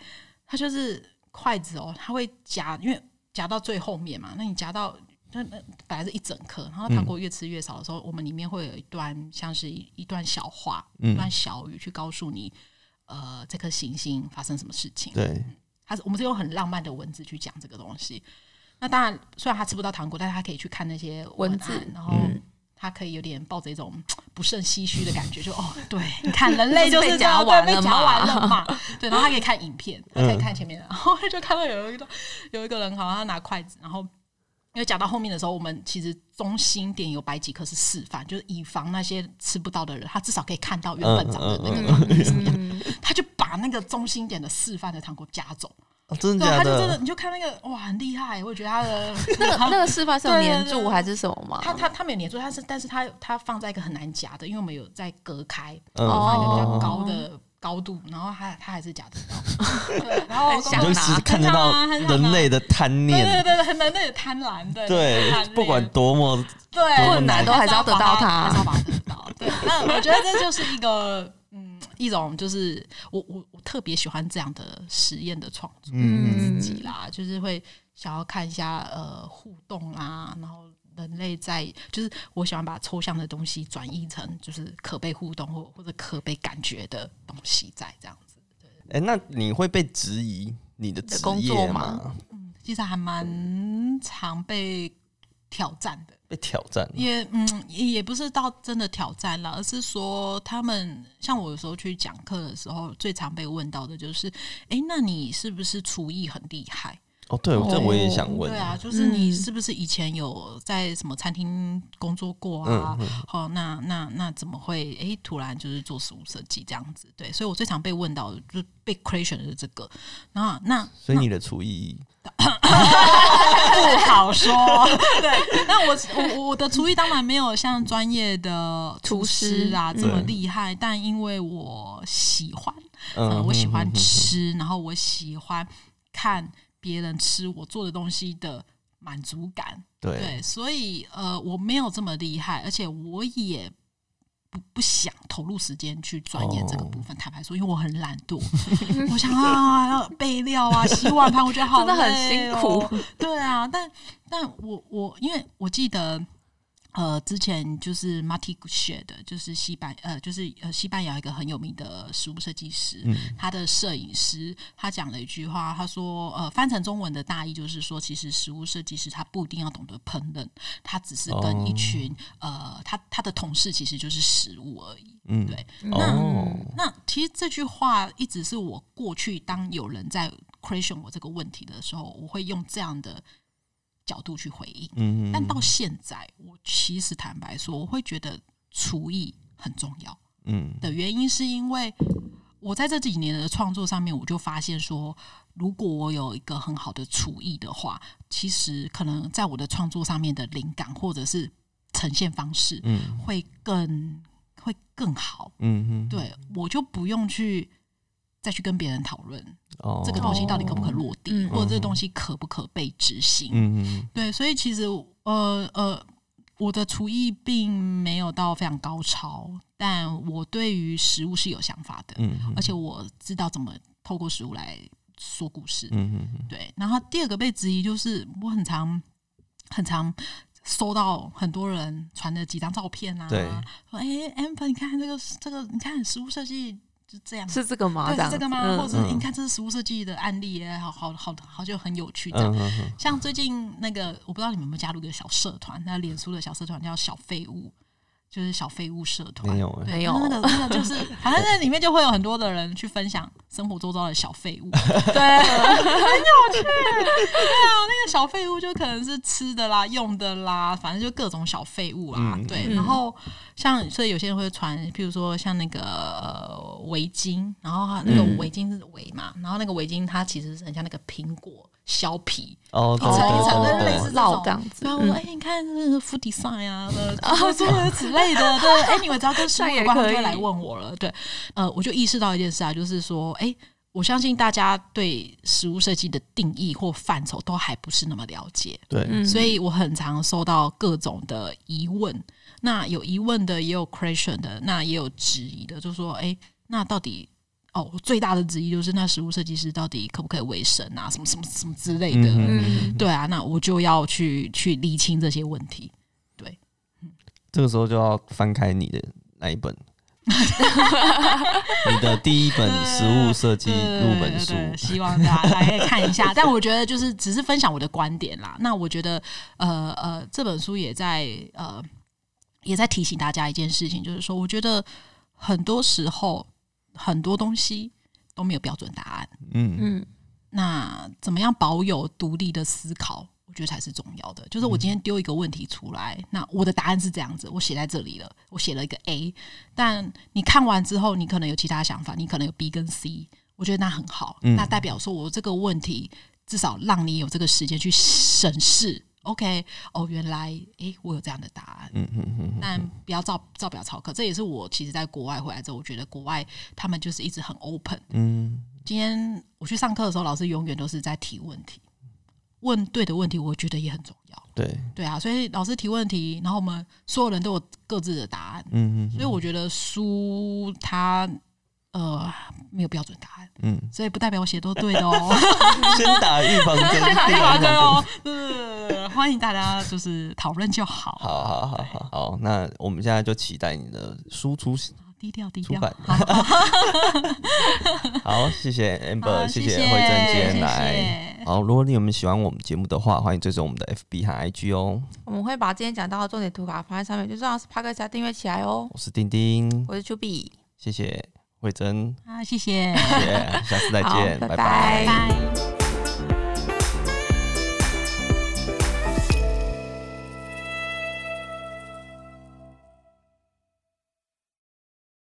他就是筷子哦，他会夹，因为夹到最后面嘛，那你夹到。那那本来是一整颗，
嗯
然后糖果越吃越少的时候，我们里面会有一段像是一一段小话、
嗯
一段小语，去告诉你，呃，这颗行星发生什么事情。
对，
他是我们是用很浪漫的文字去讲这个东西。那当然，虽然他吃不到糖果，但是他可以去看那些
文
文案
字
然后他可以有点抱着一种嘖不胜唏嘘的感觉，就哦，对，你看 (laughs) 人类就是这样
被夹完
对被
了
夹
嘛
完了嘛，对，然后他可以看影片，他可以看前面的，然后就看到有一个有一个人好像他拿筷子，然后。因为讲到后面的时候，我们其实中心点有摆几颗是示范，就是以防那些吃不到的人，他至少可以看到原本长的
(laughs) 嗯
那个糖果是什么样。他就把那个中心点的示范的糖果夹走，
哦真的
对，他
假
就真的，
的？
你就看那个哇，很厉害，我觉得他的
那个那个示范是有
对对
粘
对
住还是什么吗？
(laughs) 他他他没有粘住，他是但是他他放在一个很难夹的，因为我们有在隔开，
嗯
放一个比较
哦
高的高度，然后他他还是夹得到，对，然后
很想
你就
拿
是看得到
啊
人类的贪
对对
念，
对对，很难那个贪婪，对贪
对，
婪
不管多么
对
困难
都还是要得到它
还是要把它得到。对，那我觉得这就是一个。嗯，一种就是我我我特别喜欢这样的实验的创作，
嗯
自己啦，就是会想要看一下呃互动啦，然后人类在就是我喜欢把抽象的东西转译成就是可被互动或或者可被感觉的东西在这样子，
哎、那你会被质疑你的职
的工
业
作
吗
吗？
其实还蛮常被挑战的。
被挑战？
也嗯，也也不是到真的挑战了，而是说他们像我有时候去讲课的时候，最常被问到的就是，诶，那你是不是厨艺很厉害？
哦，对，这我也想问。
对啊，就是你
嗯
是不是以前有在什么餐厅工作过啊？
嗯
哦，那那那怎么会诶，突然就是做食物设计这样子？对，所以我最常被问到的就是被 question 的是这个，然后那
所以你的厨
(laughs)
艺，
不
(laughs)
好说。对，那我我我的厨艺当然没有像专业的厨师啊
厨
师
这么
嗯
厉害，但因为我喜欢，
嗯，
呃，我喜欢
嗯
吃，然后我喜欢看别人吃我做的东西的满足感，
对，
对，所以呃，我没有这么厉害，而且我也不不想投入时间去钻研这个部分。坦白说，因为我很懒惰， (laughs) 我想啊，要备料啊，洗碗盘，我觉得好、哦
真的很辛苦。
对啊，但但我我因为我记得。呃，之前就是 Marty g u c h e 的，就是西班呃，就是呃西班牙一个很有名的食物设计师，他的摄影师，他讲了一句话，他说，呃，翻成中文的大意就是说，其实食物设计师他不一定要懂得烹饪，他只是跟一群、呃，他他的同事其实就是食物而已。
嗯，
对，那
哦，
那其实这句话一直是我过去当有人在 question 我这个问题的时候，我会用这样的角度去回应。
嗯，
但到现在，我其实坦白说，我会觉得厨艺很重要
嗯
的原因，是因为我在这几年的创作上面，我就发现说，如果我有一个很好的厨艺的话，其实可能在我的创作上面的灵感或者是呈现方式
嗯
会更会更好。
嗯嗯，
对我就不用去再去跟别人讨论
哦，
这个东西到底可不可落地，
嗯
或者这个东西可不可被执行。
嗯嗯
对，所以其实呃呃，我的厨艺并没有到非常高超，但我对于食物是有想法的，
嗯嗯
而且我知道怎么透过食物来说故事。
嗯嗯，
对，然后第二个被质疑就是我很常很常收到很多人传的几张照片啊，
对
说哎 a m b e 你看这个这个，你看食物设计就这样。
是这个吗？
对，是
样
这个吗？
嗯
或者是
嗯
你看，这是食物设计的案例耶，好好好好，就很有趣这样。
嗯嗯
像最近那个，我不知道你们有没有加入一个小社团，那脸书的小社团叫“小废物”，就是小废物社团。
没有哎
对
没有
嗯那
(laughs)
个那个就是，反正那里面就会有很多的人去分享生活周遭的小废物，对，很有趣。对啊，那个小废物就可能是吃的啦、用的啦，反正就各种小废物啊。
嗯
对，
嗯
然后像所以有些人会传，譬如说像那个、呃围巾，然后它那个
嗯
围巾是围嘛，然后那个围巾它其实是很像那个苹果削皮。
哦，嗯
一层一层
对
的
对
类
对
似
对，
绕这样子
对啊，，我说哎、你看这是 food design 啊，呃，
啊
诸诸如此
(laughs)
类的，对，哎、你们只要跟食物有关，
这
他
样也可以
们就会来问我了。对，呃，我就意识到一件事啊，就是说，哎、我相信大家对食物设计的定义或范畴都还不是那么了解，
对，
嗯
所以我很常收到各种的疑问。那有疑问的，也有 question 的，那也有质疑的，就说，哎、那到底？哦，我最大的质疑就是，那食物设计师到底可不可以维生啊？什么什么什么之类的，
嗯
嗯，
对啊，那我就要去去厘清这些问题。
这个时候就要翻开你的那一本。你的第一本食物设计入门书，
对希望大家大家可以
(laughs)
看一下。但我觉得就是只是分享我的观点啦。那我觉得呃呃，这本书也在呃也在提醒大家一件事情，就是说，我觉得很多时候很多东西都没有标准答案。
嗯
嗯
那怎么样保有独立的思考？我觉得才是重要的。就是我今
嗯
天丢一个问题出来，那我的答案是这样子，我写在这里了，我写了一个 A，但你看完之后，你可能有其他想法，你可能有 B 跟 C，我觉得那很好，
嗯
那代表说我这个问题至少让你有这个时间去审视。OK，哦，原来诶，我有这样的答案。
嗯嗯嗯，
但不要照照表操课，这也是我其实在国外回来之后，我觉得国外他们就是一直很 open，
嗯
今天我去上课的时候，老师永远都是在提问题，问对的问题，我觉得也很重要。
对，
对啊，所以老师提问题，然后我们所有人都有各自的答案，
嗯
所以我觉得书它呃没有标准答案，
嗯，
所以不代表我写都对
(laughs)
的哦。
先打预防针，
先打预防
(laughs)
针哦，呃欢迎大家就是讨论就好，
好好好好好，那我们现在就期待你的输出。
低调低
出
调。
版
好好好
好，谢谢 Amber，
好
谢
谢谢
慧珍今
谢
天
谢
来。好，如果你们喜欢我们节目的话，欢迎追踪我们的 FB 和 IG 哦。
我们会把今天讲到的重点图卡放在上面，就这样是 p 克 d 订阅起来哦。
我是丁丁，
我是 Q B，
谢谢慧珍，
啊，谢谢，
谢谢，下次再
好
见，
拜
拜
拜
拜拜。